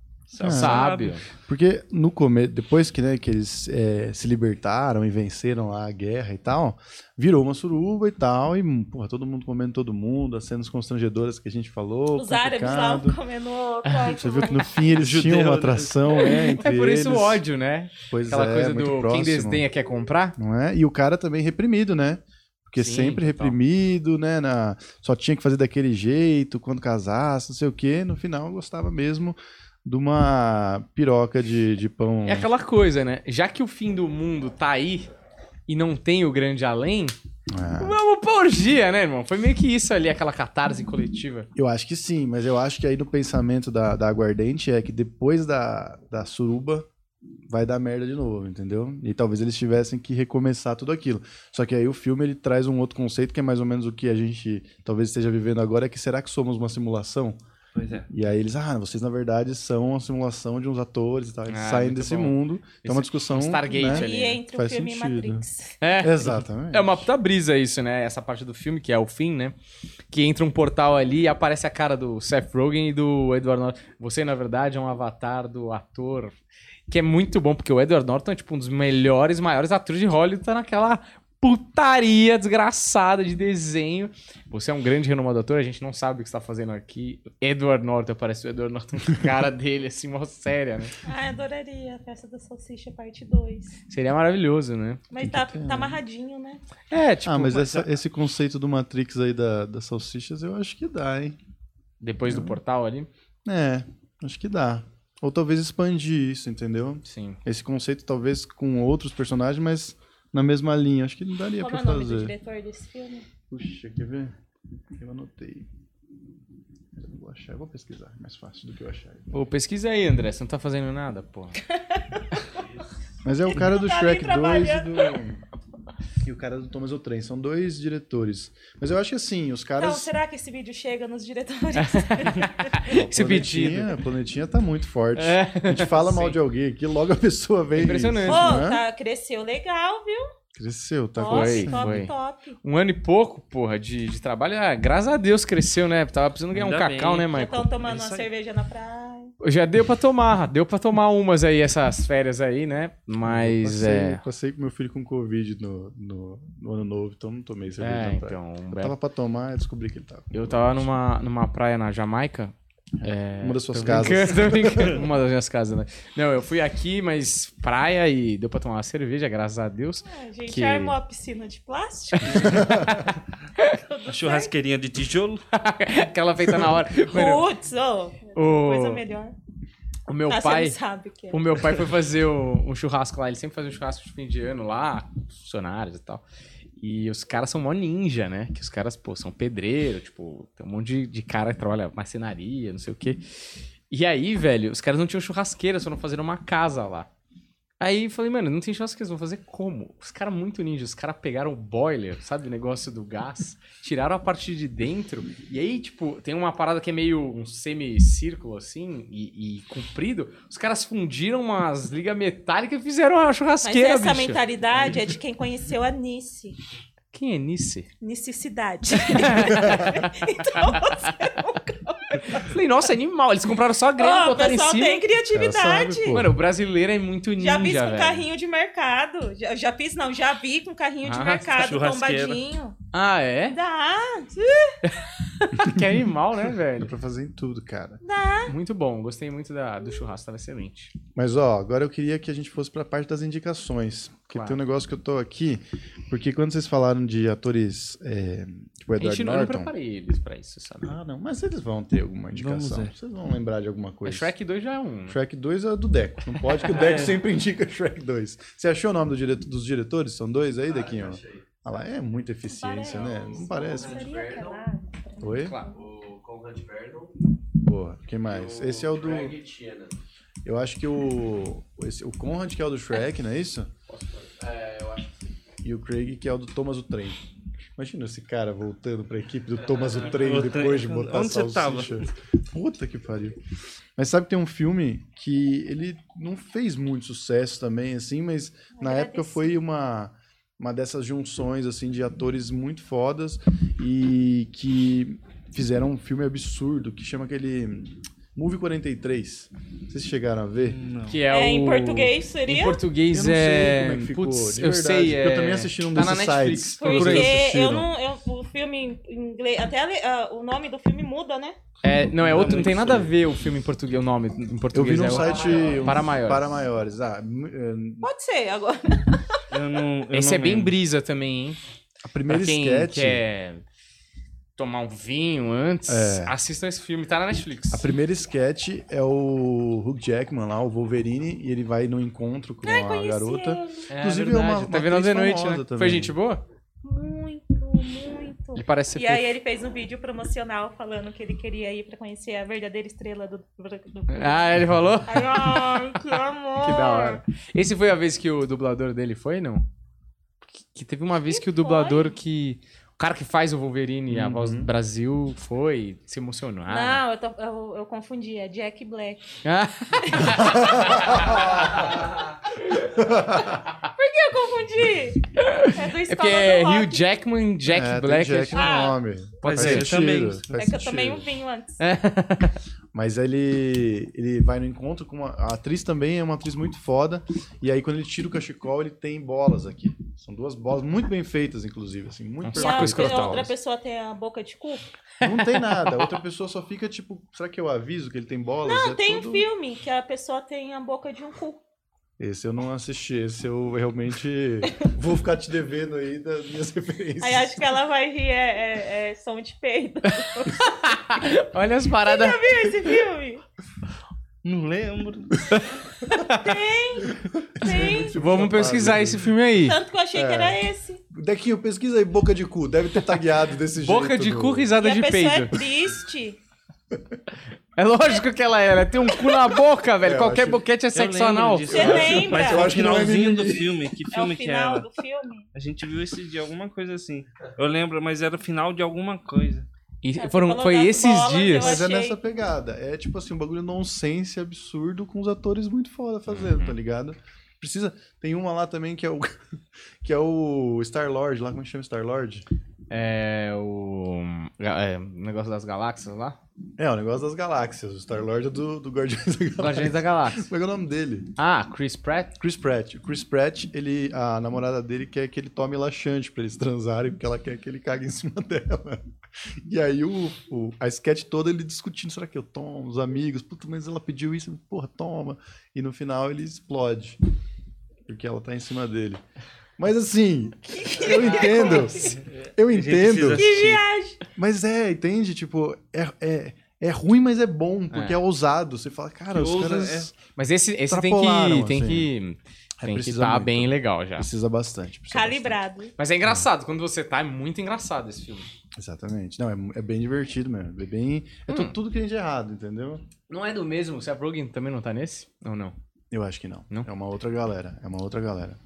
S2: Ah.
S1: Sábio.
S2: Porque no começo, depois que, né, que eles é, se libertaram e venceram lá a guerra e tal, virou uma suruba e tal, e porra, todo mundo comendo todo mundo, as cenas constrangedoras que a gente falou.
S4: Os árabes lá
S2: complicado.
S4: um
S2: *laughs*
S4: comendo o corpo.
S2: Você viu que no fim
S1: *laughs*
S2: eles tinham
S3: Judeu,
S2: uma
S3: né?
S2: atração, né?
S1: É
S2: entre
S1: por isso o
S2: eles.
S1: ódio, né?
S2: Pois
S1: Aquela
S2: é,
S1: coisa
S2: muito
S1: do quem
S2: próximo,
S1: desdenha quer comprar.
S2: Não é? E o cara também reprimido, né? Porque
S1: Sim,
S2: sempre
S1: total.
S2: reprimido, né? na- Só tinha que fazer daquele jeito, quando casasse, não sei o quê. No final eu gostava mesmo de uma piroca de, de pão.
S1: É aquela coisa, né? Já que o fim do mundo tá aí e não tem o grande além,
S2: Ah.
S1: vamos pra orgia, né, irmão? Foi meio que isso ali, aquela catarse coletiva.
S2: Eu acho que sim, mas eu acho que aí no pensamento da, da aguardente é que depois da, da suruba vai dar merda de novo, entendeu? E talvez eles tivessem que recomeçar tudo aquilo. Só que aí o filme ele traz um outro conceito que é mais ou menos o que a gente talvez esteja vivendo agora, é que será que somos uma simulação?
S3: Pois é.
S2: E aí eles, ah, vocês na verdade são uma simulação de uns atores e tal, eles
S1: Ah,
S2: saem
S1: muito
S2: desse
S1: bom.
S2: mundo,
S1: Esse
S2: é uma discussão,
S1: um Stargate
S2: né?
S1: ali,
S4: E
S1: né?
S4: entre o
S2: Faz
S4: filme e
S2: sentido.
S4: Matrix.
S1: É.
S2: *laughs* Exatamente. Ah,
S1: É uma puta brisa isso, né? Essa parte do filme, que é o fim, né? Que entra um portal ali e aparece a cara do Seth Rogen e do Edward Norton. Você, na verdade, é um avatar do ator. Que é muito bom, porque o Edward Norton é tipo um dos melhores, maiores atores de Hollywood. Tá naquela putaria desgraçada de desenho. Você é um grande renomado ator, a gente não sabe o que você tá fazendo aqui. Edward Norton, parece o Edward Norton com a cara dele, assim, mó séria, né?
S4: Ah, eu adoraria a festa da salsicha parte 2.
S1: Seria maravilhoso, né?
S4: Mas tá,
S2: um.
S4: tá amarradinho, né?
S1: É, tipo,
S2: ah, mas
S1: mas
S2: essa- esse conceito do Matrix aí da, das salsichas, eu acho que dá, hein?
S1: depois do portal ali.
S2: É, acho que dá. Ou talvez expandir isso, entendeu?
S1: Sim.
S2: Esse conceito talvez com outros personagens, mas na mesma linha. Acho que não daria
S4: Como é
S2: pra
S4: o nome do
S2: fazer.
S4: diretor desse filme?
S2: Puxa, quer ver? Eu anotei. Eu vou achar, eu vou pesquisar. é Mais fácil do que eu achar.
S1: Pô, pesquisa aí, André. Você não tá fazendo nada, porra.
S2: Mas é o
S4: *laughs*
S2: cara do
S4: Tá
S2: Shrek
S4: nem
S2: 2 e do... E o cara do Thomas O'Train. São dois diretores. Mas eu acho que assim, os
S4: Então,
S2: caras...
S4: será que esse vídeo chega
S2: *laughs*
S4: nos diretores? *laughs*
S1: Esse pedido.
S2: planetinha, planetinha tá muito forte.
S1: É.
S2: A gente
S1: *laughs*
S2: fala mal
S1: Sim. É
S2: de alguém aqui, logo a pessoa vem. e-
S1: Impressionante.
S4: Pô,
S2: né?
S4: tá, cresceu legal, viu?
S2: Cresceu, tá
S4: Nossa,
S1: foi,
S4: top,
S1: foi.
S4: top.
S1: Um ano e pouco, porra, de, de trabalho. Ah, graças a Deus cresceu, né? Tava precisando ganhar um
S3: Ainda
S1: cacau,
S3: bem.
S1: né,
S4: Já
S1: Michael?
S4: estão tomando
S3: É isso
S4: uma
S3: aí.
S4: cerveja na praia.
S1: Já deu pra tomar. *laughs* Deu pra tomar umas aí, essas férias aí, né? Mas
S2: passei,
S1: é.
S2: Passei com meu filho com Covid no, no, no ano novo, então não tomei cerveja.
S1: É,
S2: na praia.
S1: então. um
S2: Eu
S1: belo-
S2: tava pra tomar, eu descobri que ele tava.
S1: Eu tava numa, numa praia na Jamaica. É,
S2: Uma das suas
S1: tô
S2: casas.
S1: *laughs* brincando, tô brincando. Uma das minhas casas, né? Não, eu fui aqui, mas praia e deu pra tomar uma cerveja, graças a Deus. *laughs*
S4: Ah, a gente
S1: Que-
S4: armou a piscina de
S2: *laughs*
S4: plástico.
S3: A churrasqueirinha de tijolo.
S1: Aquela feita na
S4: *laughs*
S1: hora. Mano,
S4: Putz, ô, coisa
S1: o,
S4: melhor.
S1: o meu
S4: ah,
S1: pai.
S4: Você não sabe o que é.
S1: O meu pai foi fazer o- um churrasco lá, ele sempre faz um churrasco de fim de ano lá, funcionários e tal. E os caras são mó ninja, né? Que os caras, pô, são pedreiro, tipo, tem um monte de, de cara que trabalha marcenaria, não sei o quê. E aí, velho, os caras não tinham churrasqueira, só não fazer uma casa lá. Aí eu falei, mano, não tem churrasqueira, vão fazer como? Os caras muito ninja, os caras pegaram o boiler, sabe, o negócio do gás, tiraram a parte de dentro, e aí, tipo, tem uma parada que é meio um semicírculo, assim, e, e comprido, os caras fundiram umas ligas metálicas e fizeram a
S4: Mas
S1: churrasqueira,
S4: essa
S1: bicho.
S4: mentalidade é de quem conheceu a Nice.
S1: Quem é Nice? *laughs*
S4: Nicecidade. então,
S1: Eu falei, nossa, é animal, eles compraram só a grana,
S4: ó, o
S1: botaram em
S4: pessoal
S1: cima.
S4: tem criatividade.
S2: Ela sabe, pô.
S1: Mano, o brasileiro é muito ninja,
S4: já fiz com
S1: velho.
S4: carrinho de mercado. Já, já fiz, não, já vi com carrinho de
S1: Ah,
S4: mercado,
S3: churrasqueira.
S4: tombadinho.
S1: Ah, é?
S4: Dá,
S1: Que animal, né,
S2: Dá
S1: velho?
S2: é pra fazer em tudo, cara.
S1: Muito bom, gostei muito da, do churrasco, tava excelente.
S2: Mas ó, agora eu queria que a gente fosse pra parte das indicações. Porque
S1: Claro.
S2: tem um negócio que eu tô aqui. Porque quando vocês falaram de atores é, tipo
S1: A
S2: Edward
S1: gente não, eu não
S2: Norton.
S1: preparei eles pra isso, sabe?
S2: Ah, não, mas eles vão ter alguma indicação.
S3: Vamos
S2: Vocês vão lembrar de alguma
S1: É
S2: coisa.
S1: Shrek 2 já é um. né?
S2: Shrek 2 é do Deco. Não pode, *laughs* que o Deco sempre indica Shrek 2. Você achou o nome do direto- dos diretores? São dois aí, Dequinho? Ah lá, é muita eficiência, né? Não parece.
S4: Seria aquela-
S2: Oi?
S1: Claro.
S6: O Conrad Vernon.
S2: Boa. Quem mais? Esse é o do.
S6: Craig Tiennan.
S2: Eu acho que o. esse- o Conrad, que é o do Shrek, não é isso?
S6: É, eu acho que sim.
S2: E o Craig, que é o do Thomas o Trem. Imagina esse cara voltando
S1: *laughs*
S2: pra equipe do Thomas o Trem depois de botar
S3: Onde você tava?
S2: salsicha. Puta que pariu. Mas sabe que tem um filme que ele não fez muito sucesso também, assim, mas na época foi uma, uma dessas junções, assim, de atores muito fodas e que fizeram um filme absurdo que chama aquele... Movie 43. Vocês chegaram a ver?
S3: Não.
S1: Que é,
S4: É,
S1: o...
S4: em português seria?
S1: Em português
S2: Eu não sei
S1: é.
S2: como é que ficou,
S1: Putz,
S2: de
S1: eu
S2: verdade,
S1: sei.
S2: porque eu
S1: é-
S2: também assisti num
S1: tá na
S2: desses
S1: Netflix.
S2: sites.
S1: Procura
S2: Procurei,
S1: aí.
S4: Porque eu
S2: assistiram.
S4: não, eu- o filme em inglês, até a le- ah, o nome do filme muda, né?
S1: É, não, é outro, não tem
S6: Tá
S3: Não
S1: nada a ver o filme em português, o nome em
S2: Eu vi
S1: português.
S2: num
S1: é o-
S2: site... um-
S1: Para maiores.
S2: Para maiores. Ah, mu- eh,
S4: Pode ser agora.
S3: Eu não, eu
S1: Esse
S3: não
S1: é bem
S3: lembro.
S1: brisa também, hein?
S2: a
S1: Pra
S2: primeira
S1: quem
S2: sketch...
S1: quer tomar um vinho antes,
S2: É.
S1: assistam esse filme, tá na Netflix.
S2: A primeira sketch é o Hugh Jackman lá, o Wolverine, e ele vai no encontro com a
S4: Conheci
S2: garota.
S4: ele.
S1: É,
S2: inclusive, é
S1: verdade,
S2: uma- uma
S1: Tá vendo ontem à
S2: atriz
S1: noite, né?
S2: famosa também.
S1: Foi gente boa?
S4: Muito, muito. muito.
S1: Ele parece ser
S4: E aí ele fez um vídeo promocional falando que ele queria ir pra conhecer a verdadeira estrela do... do...
S1: fofo. *laughs* Ah, ele falou?
S4: Aí, ai, que
S1: *laughs*
S4: amor!
S1: Que da hora. Esse foi a vez que o dublador dele foi, não? Que, que teve uma vez que, o
S4: foi?
S1: dublador que. O cara que faz o Wolverine, a voz do
S7: Uhum.
S1: Brasil, foi se emocionou. *laughs* Ah,
S4: Não, eu, tô- eu- eu confundi, é Jack Black.
S1: Ah,
S4: Eu confundi! É do
S1: é
S4: Escola
S1: porque é
S4: do Rock.
S1: Hugh Jackman, Jack
S2: É, tem
S1: Black.
S2: Jack no
S4: Ah.
S2: nome.
S3: Mas
S2: Faz
S3: é, eu
S2: sentido,
S3: também.
S2: faz
S4: É que eu tomei
S2: sentido.
S4: um vinho antes.
S2: Mas ele, ele vai no encontro com uma a atriz também, é uma atriz muito foda. E aí, quando ele tira o cachecol, ele tem bolas aqui. São duas bolas muito bem feitas, inclusive. Assim, muito
S1: Um
S2: perfeitas.
S1: saco
S4: e a,
S1: escrotal.
S4: outra pessoa tem a boca de cu?
S2: Não tem nada. A outra pessoa só fica tipo, será que eu aviso que ele tem bolas?
S4: Não,
S2: É
S4: tem
S2: tudo-
S4: um filme que a pessoa tem a boca de um cu.
S2: Esse eu não assisti, esse eu
S4: *laughs*
S2: realmente vou ficar te devendo aí das minhas referências.
S4: Aí acho que ela vai rir, é, é- é som de peido. *laughs*
S1: Olha as paradas.
S4: Viu esse filme?
S3: Não lembro.
S4: Sim.
S2: Tipo,
S1: Vamos pesquisar esse filme aí.
S4: Tanto que eu achei que era esse.
S2: Dequinho, pesquisa aí, boca de cu. Deve ter tagueado desse jeito.
S1: Boca de
S2: no-
S1: cu, risada
S4: e a
S1: de
S4: pessoa é
S1: peido.
S4: triste.
S1: É lógico que ela é. Ela tem um cu na boca, velho.
S2: É, eu
S1: Qualquer
S2: acho-
S1: boquete é
S3: Eu
S1: sexo
S3: lembro
S1: anal.
S3: disso,
S4: Você
S3: mas-
S4: lembra?
S3: Mas
S2: Eu
S3: foi o
S2: acho que não é
S3: finalzinho do
S2: mimimi.
S3: filme. Que
S4: É o
S3: filme que
S4: final
S3: era?
S4: do filme.
S3: A gente viu esse dia, alguma coisa assim. Eu lembro, mas era o final de alguma coisa.
S1: E
S4: É,
S1: foram,
S4: falou
S1: foi
S4: das
S1: esses
S4: bolas, eu
S1: dias.
S2: Mas é
S4: achei.
S2: nessa pegada. É tipo assim, um bagulho nonsense absurdo com os atores muito foda
S1: Uhum.
S2: fazendo, tá ligado? Precisa. Tem uma lá também que é o. *laughs* que é o Star Lord, lá como chama Star Lord?
S1: É o. é, o negócio das galáxias lá?
S2: É, o negócio das galáxias. O Star Lord é do, do Guardiões da
S1: Guardiões
S2: Galáxia.
S1: da Galáxia.
S2: Como é que é o nome dele?
S1: Ah, Chris Pratt?
S2: Chris Pratt. O Chris Pratt, ele, a namorada dele quer que ele tome laxante pra eles transarem, porque ela quer que ele cague em cima *laughs* dela. E aí o, o- a sketch toda ele discutindo, será que eu tomo? Os amigos, puta, mas ela pediu isso, porra, toma. E no final ele explode, porque ela tá em cima dele. Mas
S3: *laughs*
S2: assim, eu entendo, eu
S3: A gente precisa
S2: entendo,
S3: assistir.
S2: mas é, entende? Tipo, é, é, é ruim, mas é bom, porque
S1: É.
S2: é, ousado. Você fala, cara,
S3: Que
S2: os
S3: ousa- é.
S2: caras...
S1: *laughs* Mas esse, esse tem que.
S2: Extrapolaram,
S1: Tem
S2: assim.
S1: que.
S2: É,
S1: Tem que
S2: precisa
S1: estar
S2: muito.
S1: bem legal já.
S2: Precisa bastante. Precisa bastante.
S4: Calibrado.
S1: Mas é engraçado, quando você tá, é muito engraçado esse filme.
S2: Exatamente. Não, é, mu- é bem divertido mesmo. É bem. É
S4: Hum.
S2: tu- tudo que a gente é errado, entendeu?
S1: Não é do mesmo? Se a Brogan também não tá nesse? Ou não?
S2: Eu acho que não.
S1: Não?
S2: É uma outra galera. É uma outra galera.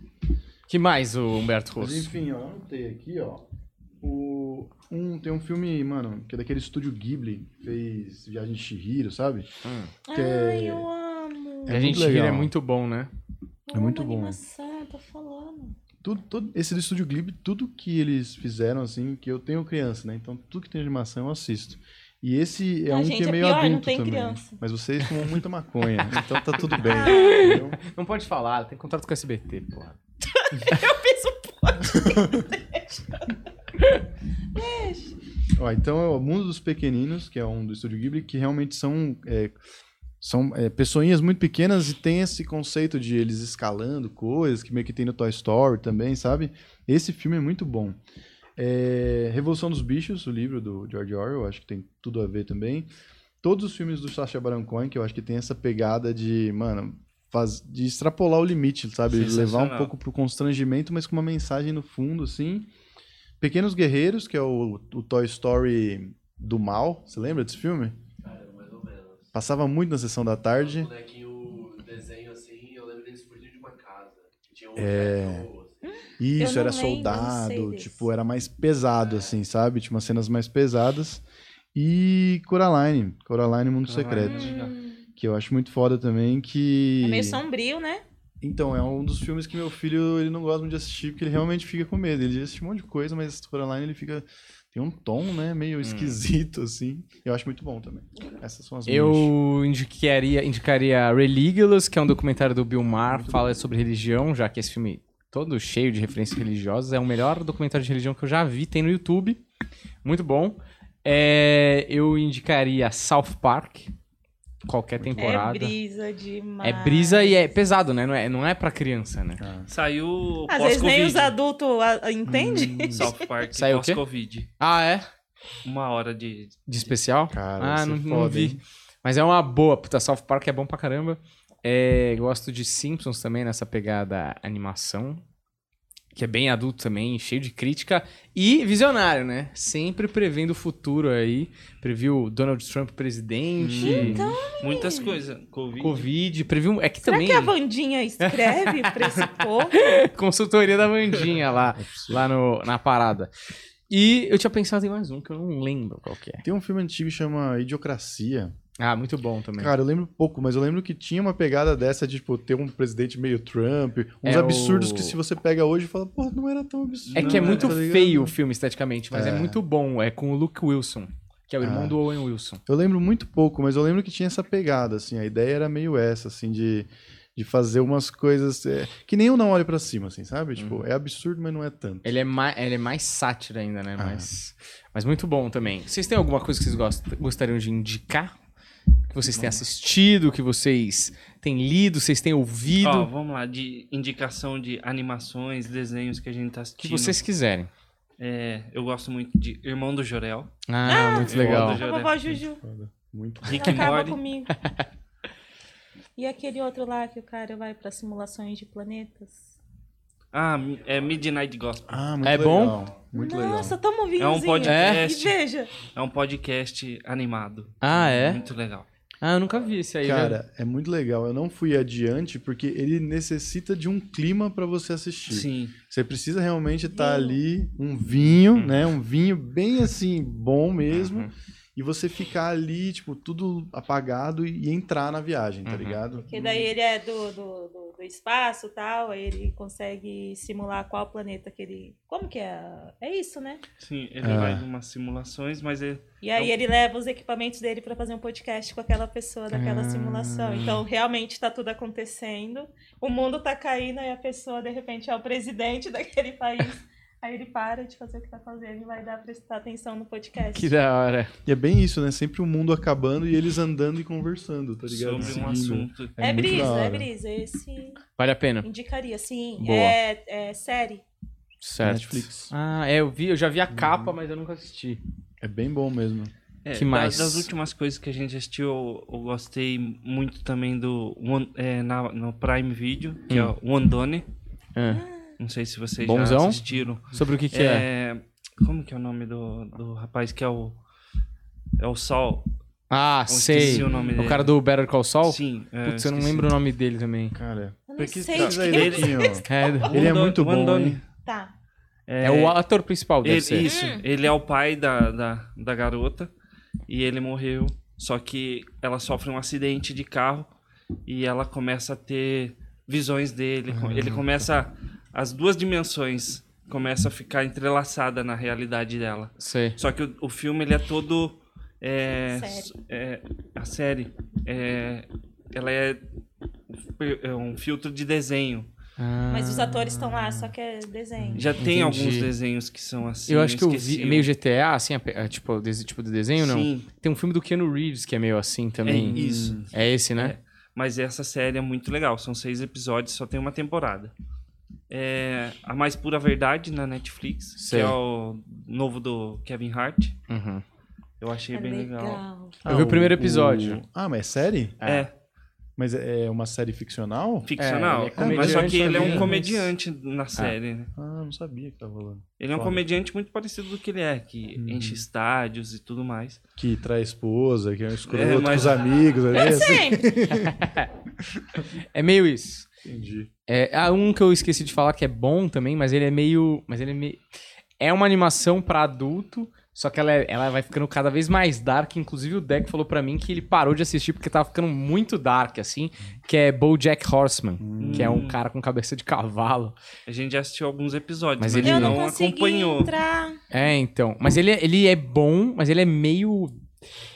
S1: Que mais, o Humberto
S2: Mas
S1: Rosso?
S2: enfim, ó, eu anotei aqui, ó. O, um, tem um filme, mano, que é daquele estúdio Ghibli, que fez Viagem de Shihiro, sabe?
S1: Hum.
S4: Ai, eu amo.
S2: É
S1: a gente
S2: muito legal.
S1: vira é muito bom, né?
S4: Eu
S2: É muito
S4: amo
S2: bom.
S4: animação, tô falando.
S2: Tudo, todo, esse do estúdio Ghibli, tudo que eles fizeram, assim, que eu tenho criança, né? Então tudo que tem animação eu assisto. E esse é
S4: A
S2: um
S4: gente
S2: que é
S4: é
S2: meio
S4: pior, não
S2: adulto
S4: tem
S2: também.
S4: criança.
S2: Mas vocês fumam muita maconha, então tá
S4: *laughs*
S2: tudo bem. entendeu?
S1: Não pode falar, tem contrato com o SBT, porra.
S4: Eu fiz um
S2: Ó, então é o Mundo dos Pequeninos, que é um do Estúdio Ghibli, que realmente são, é, são é, pessoinhas muito pequenas e tem esse conceito de eles escalando coisas, que meio que tem no Toy Story também, sabe? Esse filme é muito bom. É, Revolução dos Bichos, o livro do George Orwell, acho que tem tudo a ver também. Todos os filmes do Sacha Baron Cohen, que eu acho que tem essa pegada de, mano, faz- de extrapolar o limite, sabe? Levar um
S3: Sensacional.
S2: pouco pro constrangimento, mas com uma mensagem no fundo, assim. Pequenos Guerreiros, que é o, o Toy Story do mal. Você lembra desse filme?
S8: Cara, mais ou menos.
S2: Passava muito na sessão da
S8: Um
S2: tarde.
S8: bonequinho desenho assim, eu lembro deles fugindo de uma casa. E Tinha um cachorro, assim.
S2: E
S4: Eu
S2: Isso,
S4: não
S2: era
S4: lembro, não sei
S2: soldado,
S4: desse.
S2: tipo, era mais pesado, assim, sabe? Tinha umas cenas mais pesadas. E Coraline, Coraline Mundo
S3: Coraline.
S2: Secreto,
S4: Hum,
S2: que eu acho muito foda também, que...
S4: É meio sombrio, né?
S2: Então, é um dos filmes que meu filho, ele não gosta muito de assistir, porque ele realmente fica com medo. Ele assiste um monte de coisa, mas Coraline, ele fica... Tem um tom, né, meio esquisito, assim. Eu acho muito bom também. Essas são as minhas.
S1: Eu indicaria, indicaria Religulous, que é um documentário do Bill Maher, fala sobre religião, já que esse filme todo cheio de referências religiosas, é o melhor documentário de religião que eu já vi, tem no YouTube. Muito bom. É, eu indicaria South Park, qualquer
S4: É
S1: temporada.
S4: brisa demais.
S1: É brisa e é pesado, né? Não é, não é pra criança, né?
S2: Ah,
S3: Saiu o
S4: Às vezes nem os
S3: pós-Covid. Hum.
S4: adultos entendem.
S3: South Park
S1: Saiu o quê?
S3: pós-Covid.
S1: Ah, é?
S3: Uma hora de.
S1: De especial?
S2: Cara,
S1: ah,
S2: isso é
S1: não, não
S2: foda,
S1: vi.
S2: hein?
S1: Mas é uma boa, puta, South Park é bom pra caramba. É, gosto de Simpsons também nessa pegada animação. que é bem adulto também, cheio de crítica e visionário, né? Sempre prevendo o futuro aí. Previu Donald Trump presidente,
S4: *laughs* Então,
S3: Muitas coisas. Covid.
S1: Covid, previu. É que
S4: Hum. será
S1: também
S4: que a Vandinha escreve pra esse povo?
S1: *laughs* consultoria da Vandinha lá, lá no, na parada. E eu tinha pensado em mais um que eu não lembro qual que é.
S2: Tem um filme antigo que chama Idiocracia.
S1: Ah, muito bom também.
S2: Cara, eu lembro pouco, mas eu lembro que tinha uma pegada dessa de, tipo, ter um presidente meio Trump, uns
S1: É
S2: absurdos
S1: o-
S2: que se você pega hoje e fala, pô, não era tão absurdo.
S1: É que é
S2: né,
S1: muito
S2: tá ligado?
S1: feio o filme esteticamente, mas é. muito bom. É com o Luke Wilson, que é o irmão
S2: Ah.
S1: do Owen Wilson.
S2: Eu lembro muito pouco, mas eu lembro que tinha essa pegada, assim, a ideia era meio essa, assim, de, de fazer umas coisas é, que nem eu não olho pra cima, assim, sabe? Tipo, é absurdo, mas não é tanto.
S1: Uhum. Ele é mais, ele é mais sátira ainda, né?
S2: Ah.
S1: Mas, mas muito bom também. Vocês têm alguma coisa que vocês gostam- gostariam de indicar? Que vocês têm assistido, que vocês têm lido, vocês têm ouvido?
S3: Ó, vamos lá, de indicação de animações, desenhos que a gente tá
S1: o que
S3: assistindo.
S1: vocês quiserem.
S3: É, eu gosto muito de Irmão do Jorel,
S1: Ah, muito legal.
S3: foda.
S4: A vovó Juju.
S2: Muito
S3: Rick and
S4: Acaba
S3: Morty.
S4: comigo. E aquele outro lá que o cara vai pra simulações de planetas?
S3: Ah, é Midnight Gospel.
S2: Ah, muito
S1: É bom?
S2: legal, Muito
S4: Nossa,
S2: legal.
S4: toma um vinhozinho.
S3: podcast.
S4: E veja.
S3: É um podcast animado. Então,
S1: Ah, é?
S3: Muito legal.
S1: Ah, eu nunca vi esse aí. né?
S2: Cara, é muito legal. Eu não fui adiante porque ele necessita de um clima pra você assistir.
S3: Sim.
S2: Você precisa realmente estar
S4: Vinho.
S2: ali, um vinho,
S1: Uhum.
S2: né? Um vinho bem assim, bom mesmo. E você ficar ali, tipo, tudo apagado e, e entrar na viagem, tá
S1: Uhum.
S2: ligado?
S4: Porque daí ele é do, do, do, do espaço e tal, aí ele consegue simular qual planeta que ele... Como que é? É isso, né?
S3: Sim, ele
S2: Ah.
S3: vai em umas simulações, mas é,
S4: E aí
S3: Então-
S4: ele leva os equipamentos dele pra fazer um podcast com aquela pessoa daquela
S1: Ah.
S4: simulação. Então realmente tá tudo acontecendo. O mundo tá caindo e a pessoa de repente é o presidente *laughs* daquele país. aí ele para de fazer o que tá fazendo e vai dar prestar atenção no podcast.
S1: Que da hora.
S2: E é bem isso, né? Sempre o mundo acabando e eles andando e conversando, tá ligado?
S3: sobre um
S2: Seguindo.
S3: assunto.
S2: muito da
S4: É, brisa, é
S2: hora.
S4: brisa. Esse
S1: Vale a pena.
S4: indicaria, sim.
S1: Boa.
S4: É, é série.
S1: Certo.
S2: Netflix.
S1: Ah, é, eu vi, eu já vi a capa, mas eu nunca assisti.
S2: É bem bom mesmo.
S3: É,
S1: Que
S3: da-
S1: mais?
S3: Das últimas coisas que a gente assistiu, eu, eu gostei muito também do One- é, na, no Prime Video, que é o Wandone.
S1: Ah,
S3: Não sei se vocês já
S1: Hum. Bonzão?
S3: assistiram.
S1: sobre o que, que é?
S3: É, Como que é o nome do, do rapaz que é o. É o Sol.
S1: Ah,
S3: Eu
S1: sei.
S3: esqueci o nome
S1: O
S3: dele.
S1: cara do Better Call Saul?
S3: Sim. é,
S1: Putz, eu não
S3: esqueci.
S1: lembro o nome dele também.
S2: Cara,
S4: Eu não
S3: Porque-
S4: sei
S3: tá,
S4: de
S2: pesquisa aí
S4: quem é.
S2: direitinho, ó.
S1: É,
S2: Ele é
S3: Wando-
S2: muito bom,
S3: Wandone.
S2: hein?
S4: Tá.
S1: é o ator principal, deve
S3: ele-
S1: ser.
S3: Isso. Ele é o pai da, da, da garota. E ele morreu. Só que ela sofre um acidente de carro. E ela começa a ter visões dele. ele começa. As duas dimensões começam a ficar entrelaçada na realidade dela.
S1: Sei.
S3: Só que o, o filme ele é todo é,
S4: Série.
S3: s- é, a série é, ela é, per- é um filtro de desenho.
S4: Mas os
S1: Ah,
S4: atores estão lá, só que é desenho.
S3: Já tem
S1: Entendi.
S3: alguns desenhos que são assim.
S1: eu acho que eu
S3: esqueci
S1: vi.
S3: o-
S1: Meio GTA, assim, a pe- a- tipo, desse tipo de desenho, não?
S3: Sim,
S1: Tem um filme do Keanu Reeves que é meio assim
S3: é
S1: também.
S3: isso.
S1: É, esse, né?
S3: Mas essa série é muito legal. São seis episódios, só tem uma temporada. É a mais pura verdade na Netflix,
S1: Sei.
S3: que é o novo do Kevin Hart.
S1: Uhum.
S3: Eu achei
S4: É
S3: bem legal.
S4: legal.
S1: Eu vi o primeiro episódio.
S2: Ah, mas é série?
S1: É.
S3: É,
S2: Mas é é uma série ficcional?
S3: ficcional.
S1: É, ele é
S3: mas só
S1: comediante
S3: que ele é
S1: também,
S3: um
S1: mas-
S3: comediante na série, né?
S2: Ah, não sabia que tava rolando.
S3: Ele é um
S2: Foda.
S3: comediante muito parecido do que ele é, que
S1: Uhum.
S3: enche estádios e tudo mais.
S2: Que trai a esposa, que é um escroto
S3: É,
S2: com
S3: mas-
S2: os amigos. É assim.
S4: Sempre.
S1: É meio isso.
S2: Entendi.
S1: É, há um que eu esqueci de falar que é bom também, mas ele é meio. Mas ele é meio. É uma animação pra adulto, só que ela, é- ela vai ficando cada vez mais dark. Inclusive o Deck falou pra mim que ele parou de assistir porque tava ficando muito dark, assim. Que é BoJack Horseman, que é um cara com cabeça de cavalo.
S3: A gente já assistiu alguns episódios,
S1: Mas
S3: mas,
S1: ele-
S4: Eu não
S3: não
S4: consegui
S3: acompanhou.
S4: entrar.
S1: É, então. Mas ele, é- ele é bom, mas ele é meio.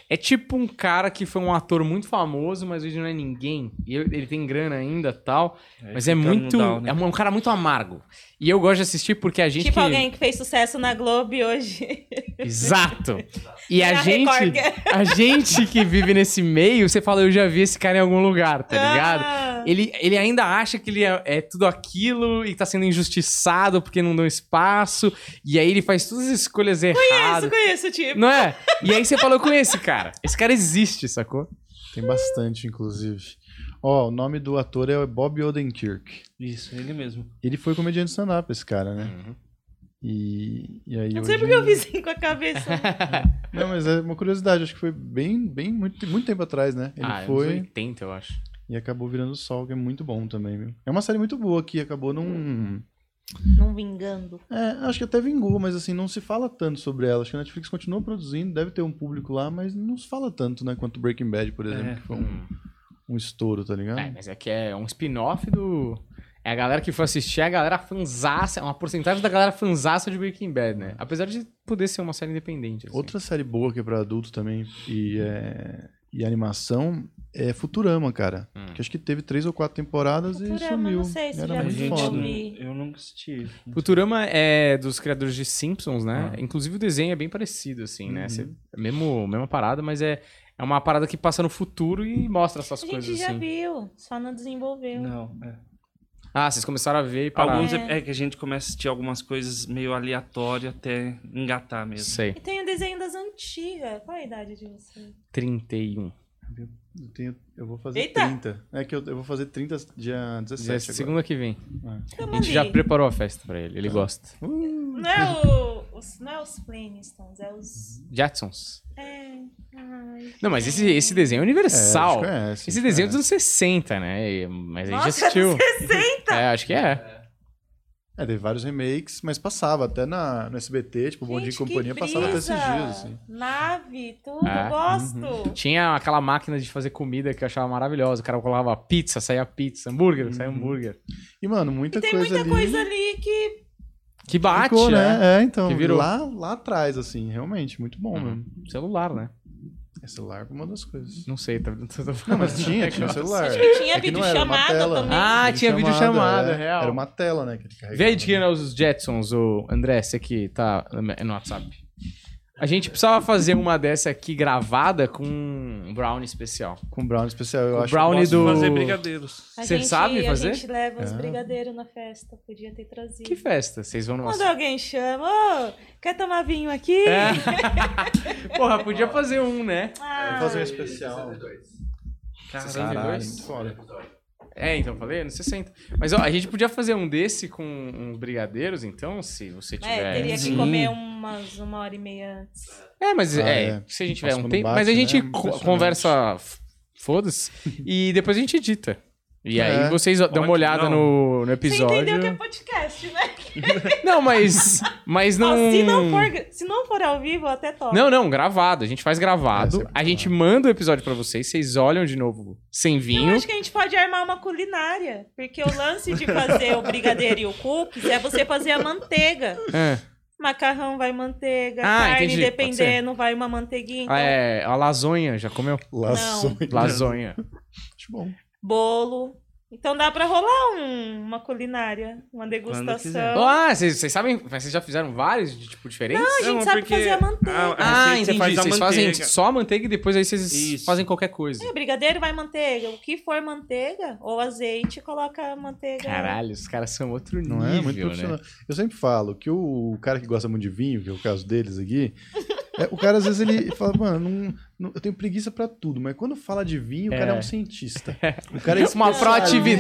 S1: É tipo um cara que foi um ator muito famoso, mas hoje não é ninguém. E ele ele tem grana ainda tal.
S3: Aí
S1: Mas é
S3: fica no
S1: muito.
S3: down, né?
S1: É um um cara muito amargo. E eu gosto de assistir porque a gente.
S4: Tipo
S1: que-
S4: alguém que fez sucesso na Globo e hoje.
S1: *laughs* Exato. E a
S4: *laughs* Na Record,
S1: gente,
S4: que é-
S1: a gente que vive nesse meio, você fala, eu já vi esse cara em algum lugar, tá ligado?
S4: Ah,
S1: Ele, ele ainda acha que ele é, é tudo aquilo e tá sendo injustiçado porque não dão espaço. E aí ele faz todas as escolhas
S4: Isso,
S1: erradas.
S4: conheço, tipo.
S1: Não é? E aí você falou com esse cara. Esse cara existe, sacou?
S2: Tem bastante, inclusive. Ó, o nome do ator é Bob Odenkirk.
S3: Isso, ele mesmo.
S2: Ele foi comediante stand-up, esse cara, né?
S1: Uhum.
S2: E, e aí
S4: Não
S2: hoje...
S4: sei porque eu fiz assim com a cabeça.
S2: Não, mas é uma curiosidade, acho que foi bem, bem, muito, muito tempo atrás, né? Ele
S1: ah, foi...
S2: foi
S1: 80, eu acho.
S2: e acabou virando o Sol, que é muito bom também, viu? É uma série muito boa que acabou num...
S4: *laughs* não vingando.
S2: É, acho que até vingou, mas assim, não se fala tanto sobre ela. Acho que a Netflix continua produzindo, deve ter um público lá, mas não se fala tanto, né? Quanto Breaking Bad, por exemplo,
S3: É.
S2: que foi um, um estouro, tá ligado?
S1: Uhum. É, mas é que é um spin-off do. É a galera que foi assistir, é a galera fanzaça, é uma porcentagem da galera fanzaça de Breaking Bad, né? Apesar de poder ser uma série independente. assim.
S2: Outra série boa que é pra adulto também e, é, e animação é Futurama, cara.
S1: Hum.
S2: Que acho que teve três ou quatro temporadas e
S4: Futurama,
S2: sumiu.
S4: não sei se
S2: Era
S4: já
S3: Mas,
S2: É muito
S4: vi.
S3: gente,
S2: foda.
S3: não-
S4: vi.
S3: eu nunca assisti.
S1: Futurama é dos criadores de Simpsons, né?
S3: Ah.
S1: Inclusive o desenho é bem parecido, assim, né? Cê- é mesmo, mesma parada, mas é, é uma parada que passa no futuro e mostra essas
S4: A gente
S1: coisas
S4: já
S1: assim.
S4: viu, só não desenvolveu.
S3: Não, é.
S1: Ah, vocês começaram a ver e pararam.
S3: Alguns é. é que a gente começa a assistir algumas coisas meio aleatórias até engatar mesmo.
S1: Sei.
S4: E tem o desenho das antigas. Qual a idade de você?
S1: 31.
S2: Eu, tenho- eu vou fazer
S4: Eita!
S2: 30. É que eu, eu vou fazer 30 dia 17
S1: Dia-
S2: agora.
S1: Segunda que vem.
S4: Eu
S1: A gente já
S4: mandei.
S1: preparou a festa pra
S2: Ah.
S1: ele, ele gosta.
S4: Não é, o, os, não é os Flintstones, é os.
S1: Jetsons.
S4: É. Ai.
S1: Não, mas esse, esse desenho é
S2: É, a gente
S1: universal. esse
S2: conhece, a gente
S1: desenho é
S2: conhece.
S1: dos anos 60, né? E- Mas a gente
S4: Nossa,
S1: assistiu.
S4: 60!
S1: É, acho que é.
S2: É, teve vários remakes, mas passava até na, no SBT, tipo, Bom Dia e
S4: Gente, que
S2: Companhia passava até esses
S4: brisa!
S2: dias, assim.
S4: Nave, tudo,
S1: É.
S4: gosto.
S1: Tinha aquela máquina de fazer comida que eu achava maravilhosa. O cara colava pizza, saía pizza, hambúrguer, saía
S2: Uhum.
S1: hambúrguer.
S2: E, mano,
S4: E
S2: muita
S4: tem
S2: coisa
S4: muita
S2: ali.
S4: coisa ali que.
S1: Que bate,
S2: ficou,
S1: né?
S2: né? É, então.
S1: Que virou.
S2: Lá, lá atrás, assim, realmente, muito bom mesmo.
S1: Celular, né?
S2: É celular foi uma das coisas.
S1: Não sei, tá *laughs*
S2: Não, mas tinha, tinha celular.
S4: Acho que tinha
S2: É que não era uma
S4: videochamada
S2: tela.
S4: também.
S1: Ah, tinha videochamada,
S2: é.
S1: é real.
S2: Era uma tela, né? Que ele carregava,
S1: Vê aí de quem eram os Jetsons, o André, você que tá no WhatsApp. A gente precisava fazer uma dessa aqui gravada com um brownie especial.
S2: Com o Brownie especial, eu
S1: Com
S2: acho.
S1: brownie
S2: que eu
S1: do-
S2: posso
S3: Fazer
S2: fazer-
S3: brigadeiros.
S4: A
S1: Cê
S4: gente-
S1: sabe fazer?
S4: A gente leva uns
S2: Ah.
S4: brigadeiros na festa, podia ter trazido.
S1: Que festa? Vocês vão no
S4: Quando
S1: nosso...
S4: alguém chama, ô, quer tomar vinho aqui?
S1: É. *laughs*
S4: É,
S1: Porra, podia fazer um, né?
S4: Ah,
S2: fazer um especial.
S8: 62.
S3: Caralho.
S2: Caralho,
S1: 62?
S2: muito foda.
S1: É, então, falei, anos 60. Mas ó, a gente podia fazer um desse com uns brigadeiros, então, se você tiver...
S4: é, teria
S3: Sim.
S4: que comer umas uma hora e meia antes.
S1: É, mas
S2: Ah,
S1: é,
S2: é.
S1: se a gente tiver
S2: Nossa,
S1: um
S2: quando
S1: tempo.
S2: bate,
S1: mas a
S2: né?
S1: gente co-
S2: Impressionante.
S1: conversa, f- foda-se, e depois a gente edita. E aí
S2: É.
S1: vocês ó, dão uma
S3: Ótimo,
S1: olhada
S3: não.
S1: no, no
S4: Você entendeu que é
S1: episódio.
S4: podcast, né?
S1: Não, mas.
S4: *laughs*
S1: Mas não.
S4: Ó, se, não for, se não for ao vivo, eu até topo.
S1: Não, não, gravado. A gente faz
S2: É,
S1: gravado.
S2: sempre
S1: a gente manda o episódio pra vocês, vocês olham de novo sem
S4: Eu
S1: vinho.
S4: acho que a gente pode armar uma culinária. Porque o lance de fazer o brigadeiro e o cookies é você fazer a manteiga.
S1: É,
S4: Macarrão vai manteiga,
S1: Ah,
S4: carne,
S1: entendi, pode
S4: dependendo, vai uma manteiguinha. Então,
S1: Ah, é, a lasanha, já comeu?
S2: Lações.
S1: Lasanha.
S2: Acho bom.
S4: Bolo. Então dá pra rolar um- uma culinária, uma
S3: quiser.
S4: degustação.
S1: Ah, vocês vocês sabem, mas vocês já fizeram vários de tipo diferentes?
S4: a gente sabe fazer a manteiga.
S1: Ah, entendi.
S3: receita é assim Você faz a
S1: vocês fazem
S3: manteiga.
S1: só a manteiga e depois aí vocês
S3: Isso.
S1: fazem qualquer coisa.
S4: É, brigadeiro vai manteiga. O que for manteiga ou azeite, coloca manteiga.
S1: Caralho, os caras são outro nível,
S2: Não é? Muito
S1: né?
S2: profissional. Eu sempre falo que o cara que gosta muito de vinho, que é o caso deles aqui, é, o cara às vezes ele fala, mano, não- não- eu tenho preguiça pra tudo, mas quando fala de vinho, o cara é
S1: *laughs*
S2: um cientista. O cara é
S1: Uma
S2: especialista.
S1: proatividade.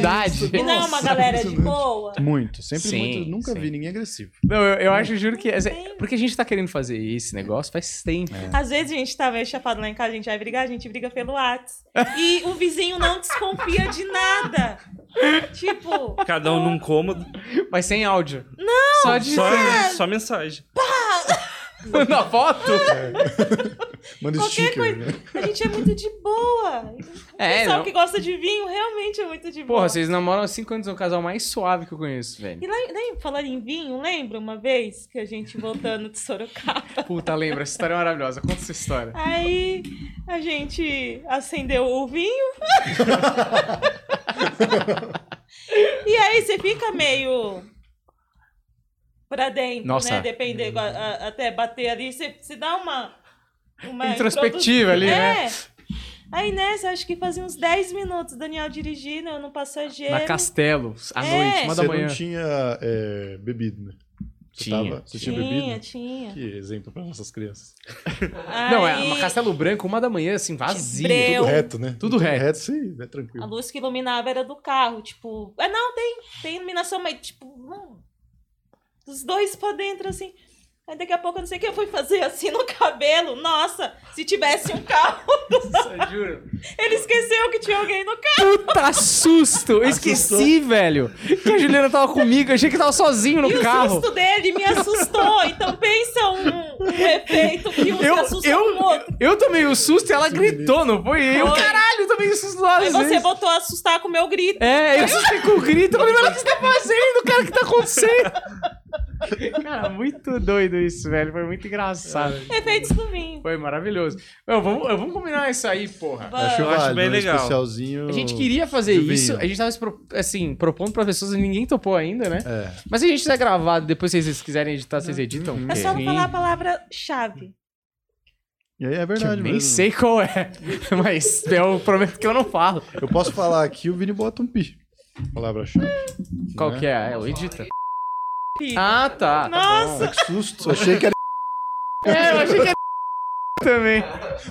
S4: E não é uma
S2: Nossa,
S4: galera de
S2: impressionante.
S4: boa.
S2: Muito, sempre
S1: Sim,
S2: muito. Nunca
S1: sim.
S2: vi ninguém agressivo.
S1: Não, eu, eu acho, juro que. essa-
S4: tem.
S1: Porque a gente tá querendo fazer esse negócio faz tempo. É.
S4: Às vezes a gente tá meio chapado lá em casa, a gente vai brigar, a gente briga pelo Whats. E o vizinho não desconfia de nada. Tipo,
S3: Cada um num cômodo,
S1: Mas sem áudio. Não! Só de. *laughs*
S3: só, só mensagem.
S1: Na foto?
S2: Manda
S4: Qualquer
S2: sticker.
S4: coisa.
S2: né?
S4: a gente é muito de boa. O
S1: É,
S4: pessoal
S1: não.
S4: que gosta de vinho realmente é muito de boa.
S1: Porra, vocês namoram há 5 anos, é o casal mais suave que eu conheço,
S4: E *laughs*
S1: velho.
S4: lem- lem- falar em vinho, lembra uma vez que a gente voltando
S1: *laughs*
S4: de Sorocaba?
S1: Puta, lembra, essa história é maravilhosa. Conta essa história.
S4: Aí a gente acendeu o
S1: *laughs*
S4: vinho. e aí você fica meio pra dentro,
S1: Nossa.
S4: né? Dependendo, a- a- até bater ali, você, você dá uma. uma
S1: Introspectiva ali, né?
S4: É. Aí nessa, acho que fazia uns 10 minutos, Daniel dirigindo, eu no passageiro.
S1: Na Castelo, à
S4: É.
S1: noite, uma da
S2: Você
S1: manhã.
S2: não tinha é, bebido, né?
S9: Você
S1: Tinha.
S9: tava- você tinha
S4: Tinha,
S9: bebido?
S4: tinha.
S9: Que exemplo para nossas crianças.
S1: Não, é
S4: Aí,
S1: uma Castelo Branco, uma da manhã, assim, vazia.
S4: breu. Eu-
S9: Tudo reto, né?
S1: Tudo reto.
S9: reto, sim, é tranquilo.
S4: A luz que iluminava era do carro, tipo. Ah, não, tem, tem iluminação, mas tipo. Não. Os dois pra dentro, assim. Aí daqui a pouco eu não sei o que eu fui fazer assim no cabelo. Nossa, se tivesse um carro.
S1: Tudo... Juro.
S4: Ele esqueceu que tinha alguém no carro.
S1: Puta susto! Eu esqueci, velho. Que a Juliana tava comigo, eu achei que tava sozinho no
S4: e o
S1: carro.
S4: susto dele me assustou. Então pensa um, um efeito que um se
S1: Eu,
S4: assustou com o outro.
S1: eu, eu tomei o susto e ela gritou, não foi? E Eu,
S4: Foi.
S1: caralho, eu tomei o susto lá.
S4: Aí
S1: às
S4: você
S1: vezes.
S4: voltou a assustar com o meu grito.
S1: É, eu assustei com o grito. Eu falei, mas o que você tá fazendo, cara? O que tá acontecendo? *laughs* Cara, muito doido isso, velho. Foi muito engraçado.
S4: Efeitos do vinho.
S1: Foi maravilhoso. Não, vamos, vamos combinar isso aí, porra.
S9: Acho
S3: Eu acho
S9: válido,
S3: bem
S9: um
S3: legal.
S9: especialzinho.
S1: A gente queria fazer
S9: Juvinho.
S1: isso, a gente tava espro- assim, propondo pra pessoas e ninguém topou ainda, né?
S9: É. Uhum.
S1: Mas se a gente tiver gravado, depois se vocês quiserem editar, vocês editam.
S4: É só não
S1: Sim.
S4: falar a palavra chave.
S9: E aí é
S1: Que eu
S9: verdade,
S1: nem
S9: mesmo.
S1: sei qual é, *laughs* mas eu prometo que eu não falo.
S9: Eu posso falar aqui, o Vini bota um pi. Né? Palavra-chave.
S1: Qual que é? Eu edita. Ah, tá.
S4: Nossa!
S9: Que susto. Achei que era.
S1: É, eu achei que era *laughs* também.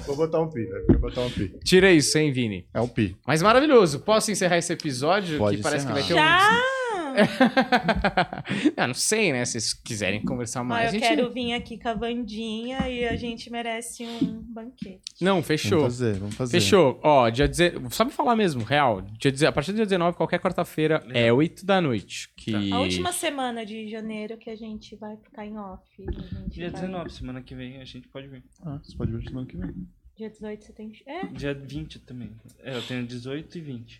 S9: Vou botar um pi. Vou botar um pi.
S1: Tira isso, hein, Vini.
S9: É um pi.
S1: Mas maravilhoso. Posso encerrar esse episódio?
S9: Pode
S1: que parece que vai ter um. *laughs*
S4: Já!
S1: ah, não sei, né? Se vocês quiserem conversar
S4: Ó,
S1: mais,
S4: Ah, eu
S1: a gente.
S4: quero vir aqui com a Vandinha e a gente merece um banquete.
S1: Não, fechou.
S9: Vamos fazer, vamos fazer.
S1: Fechou. Ó, dia 19. Sabe falar mesmo, real. Dia 10 A partir do dia 19, qualquer quarta-feira, é 8 da noite. Que...
S4: Tá. A última semana de janeiro que a gente vai ficar em off. a gente
S3: Dia
S4: vai-
S3: 19, semana que vem, a gente pode vir.
S9: Ah, você pode ver semana que vem.
S4: Dia 18 você tem. É,
S3: Dia 20 também. É, eu tenho 18 e 20.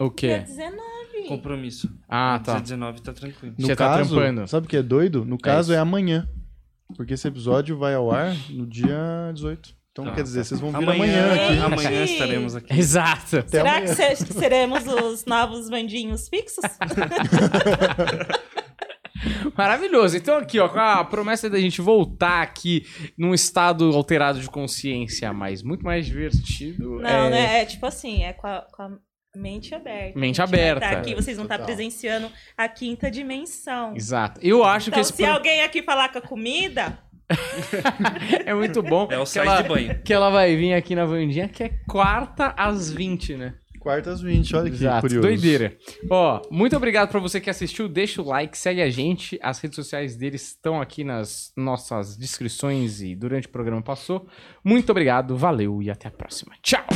S1: O
S4: dia
S1: quê?
S4: 19.
S3: Compromisso.
S1: Ah,
S3: Dia
S1: tá.
S3: 19 tá tranquilo.
S1: Você tá trampando.
S9: Sabe o que é doido? No
S1: isso.
S9: caso é, amanhã. Porque esse episódio vai ao ar no dia 18. Então
S3: Tá,
S9: quer dizer,
S3: tá.
S9: vocês vão vir amanhã, aqui.
S4: aqui.
S3: amanhã estaremos aqui.
S1: Exato.
S9: Até
S4: Será
S9: amanhã.
S4: que se- seremos os novos
S1: *laughs*
S4: bandinhos fixos?
S1: Maravilhoso. Então, aqui, ó, com a promessa da gente voltar aqui num estado alterado de consciência, mas muito mais divertido.
S4: Não,
S1: é...
S4: né? É tipo assim, é com a, com a mente aberta.
S1: Mente
S4: A gente vai
S1: aberta.
S4: Tá aqui, vocês vão estar
S9: Total.
S4: presenciando a quinta dimensão.
S1: Exato. Eu acho que
S4: Então,
S1: esse
S4: se alguém aqui falar com a comida,
S1: pro- é muito bom.
S3: É o
S1: que,
S3: site
S1: ela...
S3: de banho.
S1: que ela vai vir aqui na Vandinha, que é quarta às 20, né?
S9: Quartas 20, olha que curioso.
S1: Doideira. Ó, muito obrigado pra você que assistiu. Deixa o like, segue a gente. As redes sociais deles estão aqui nas nossas descrições e durante o programa passou. Muito obrigado, valeu e até a próxima. Tchau!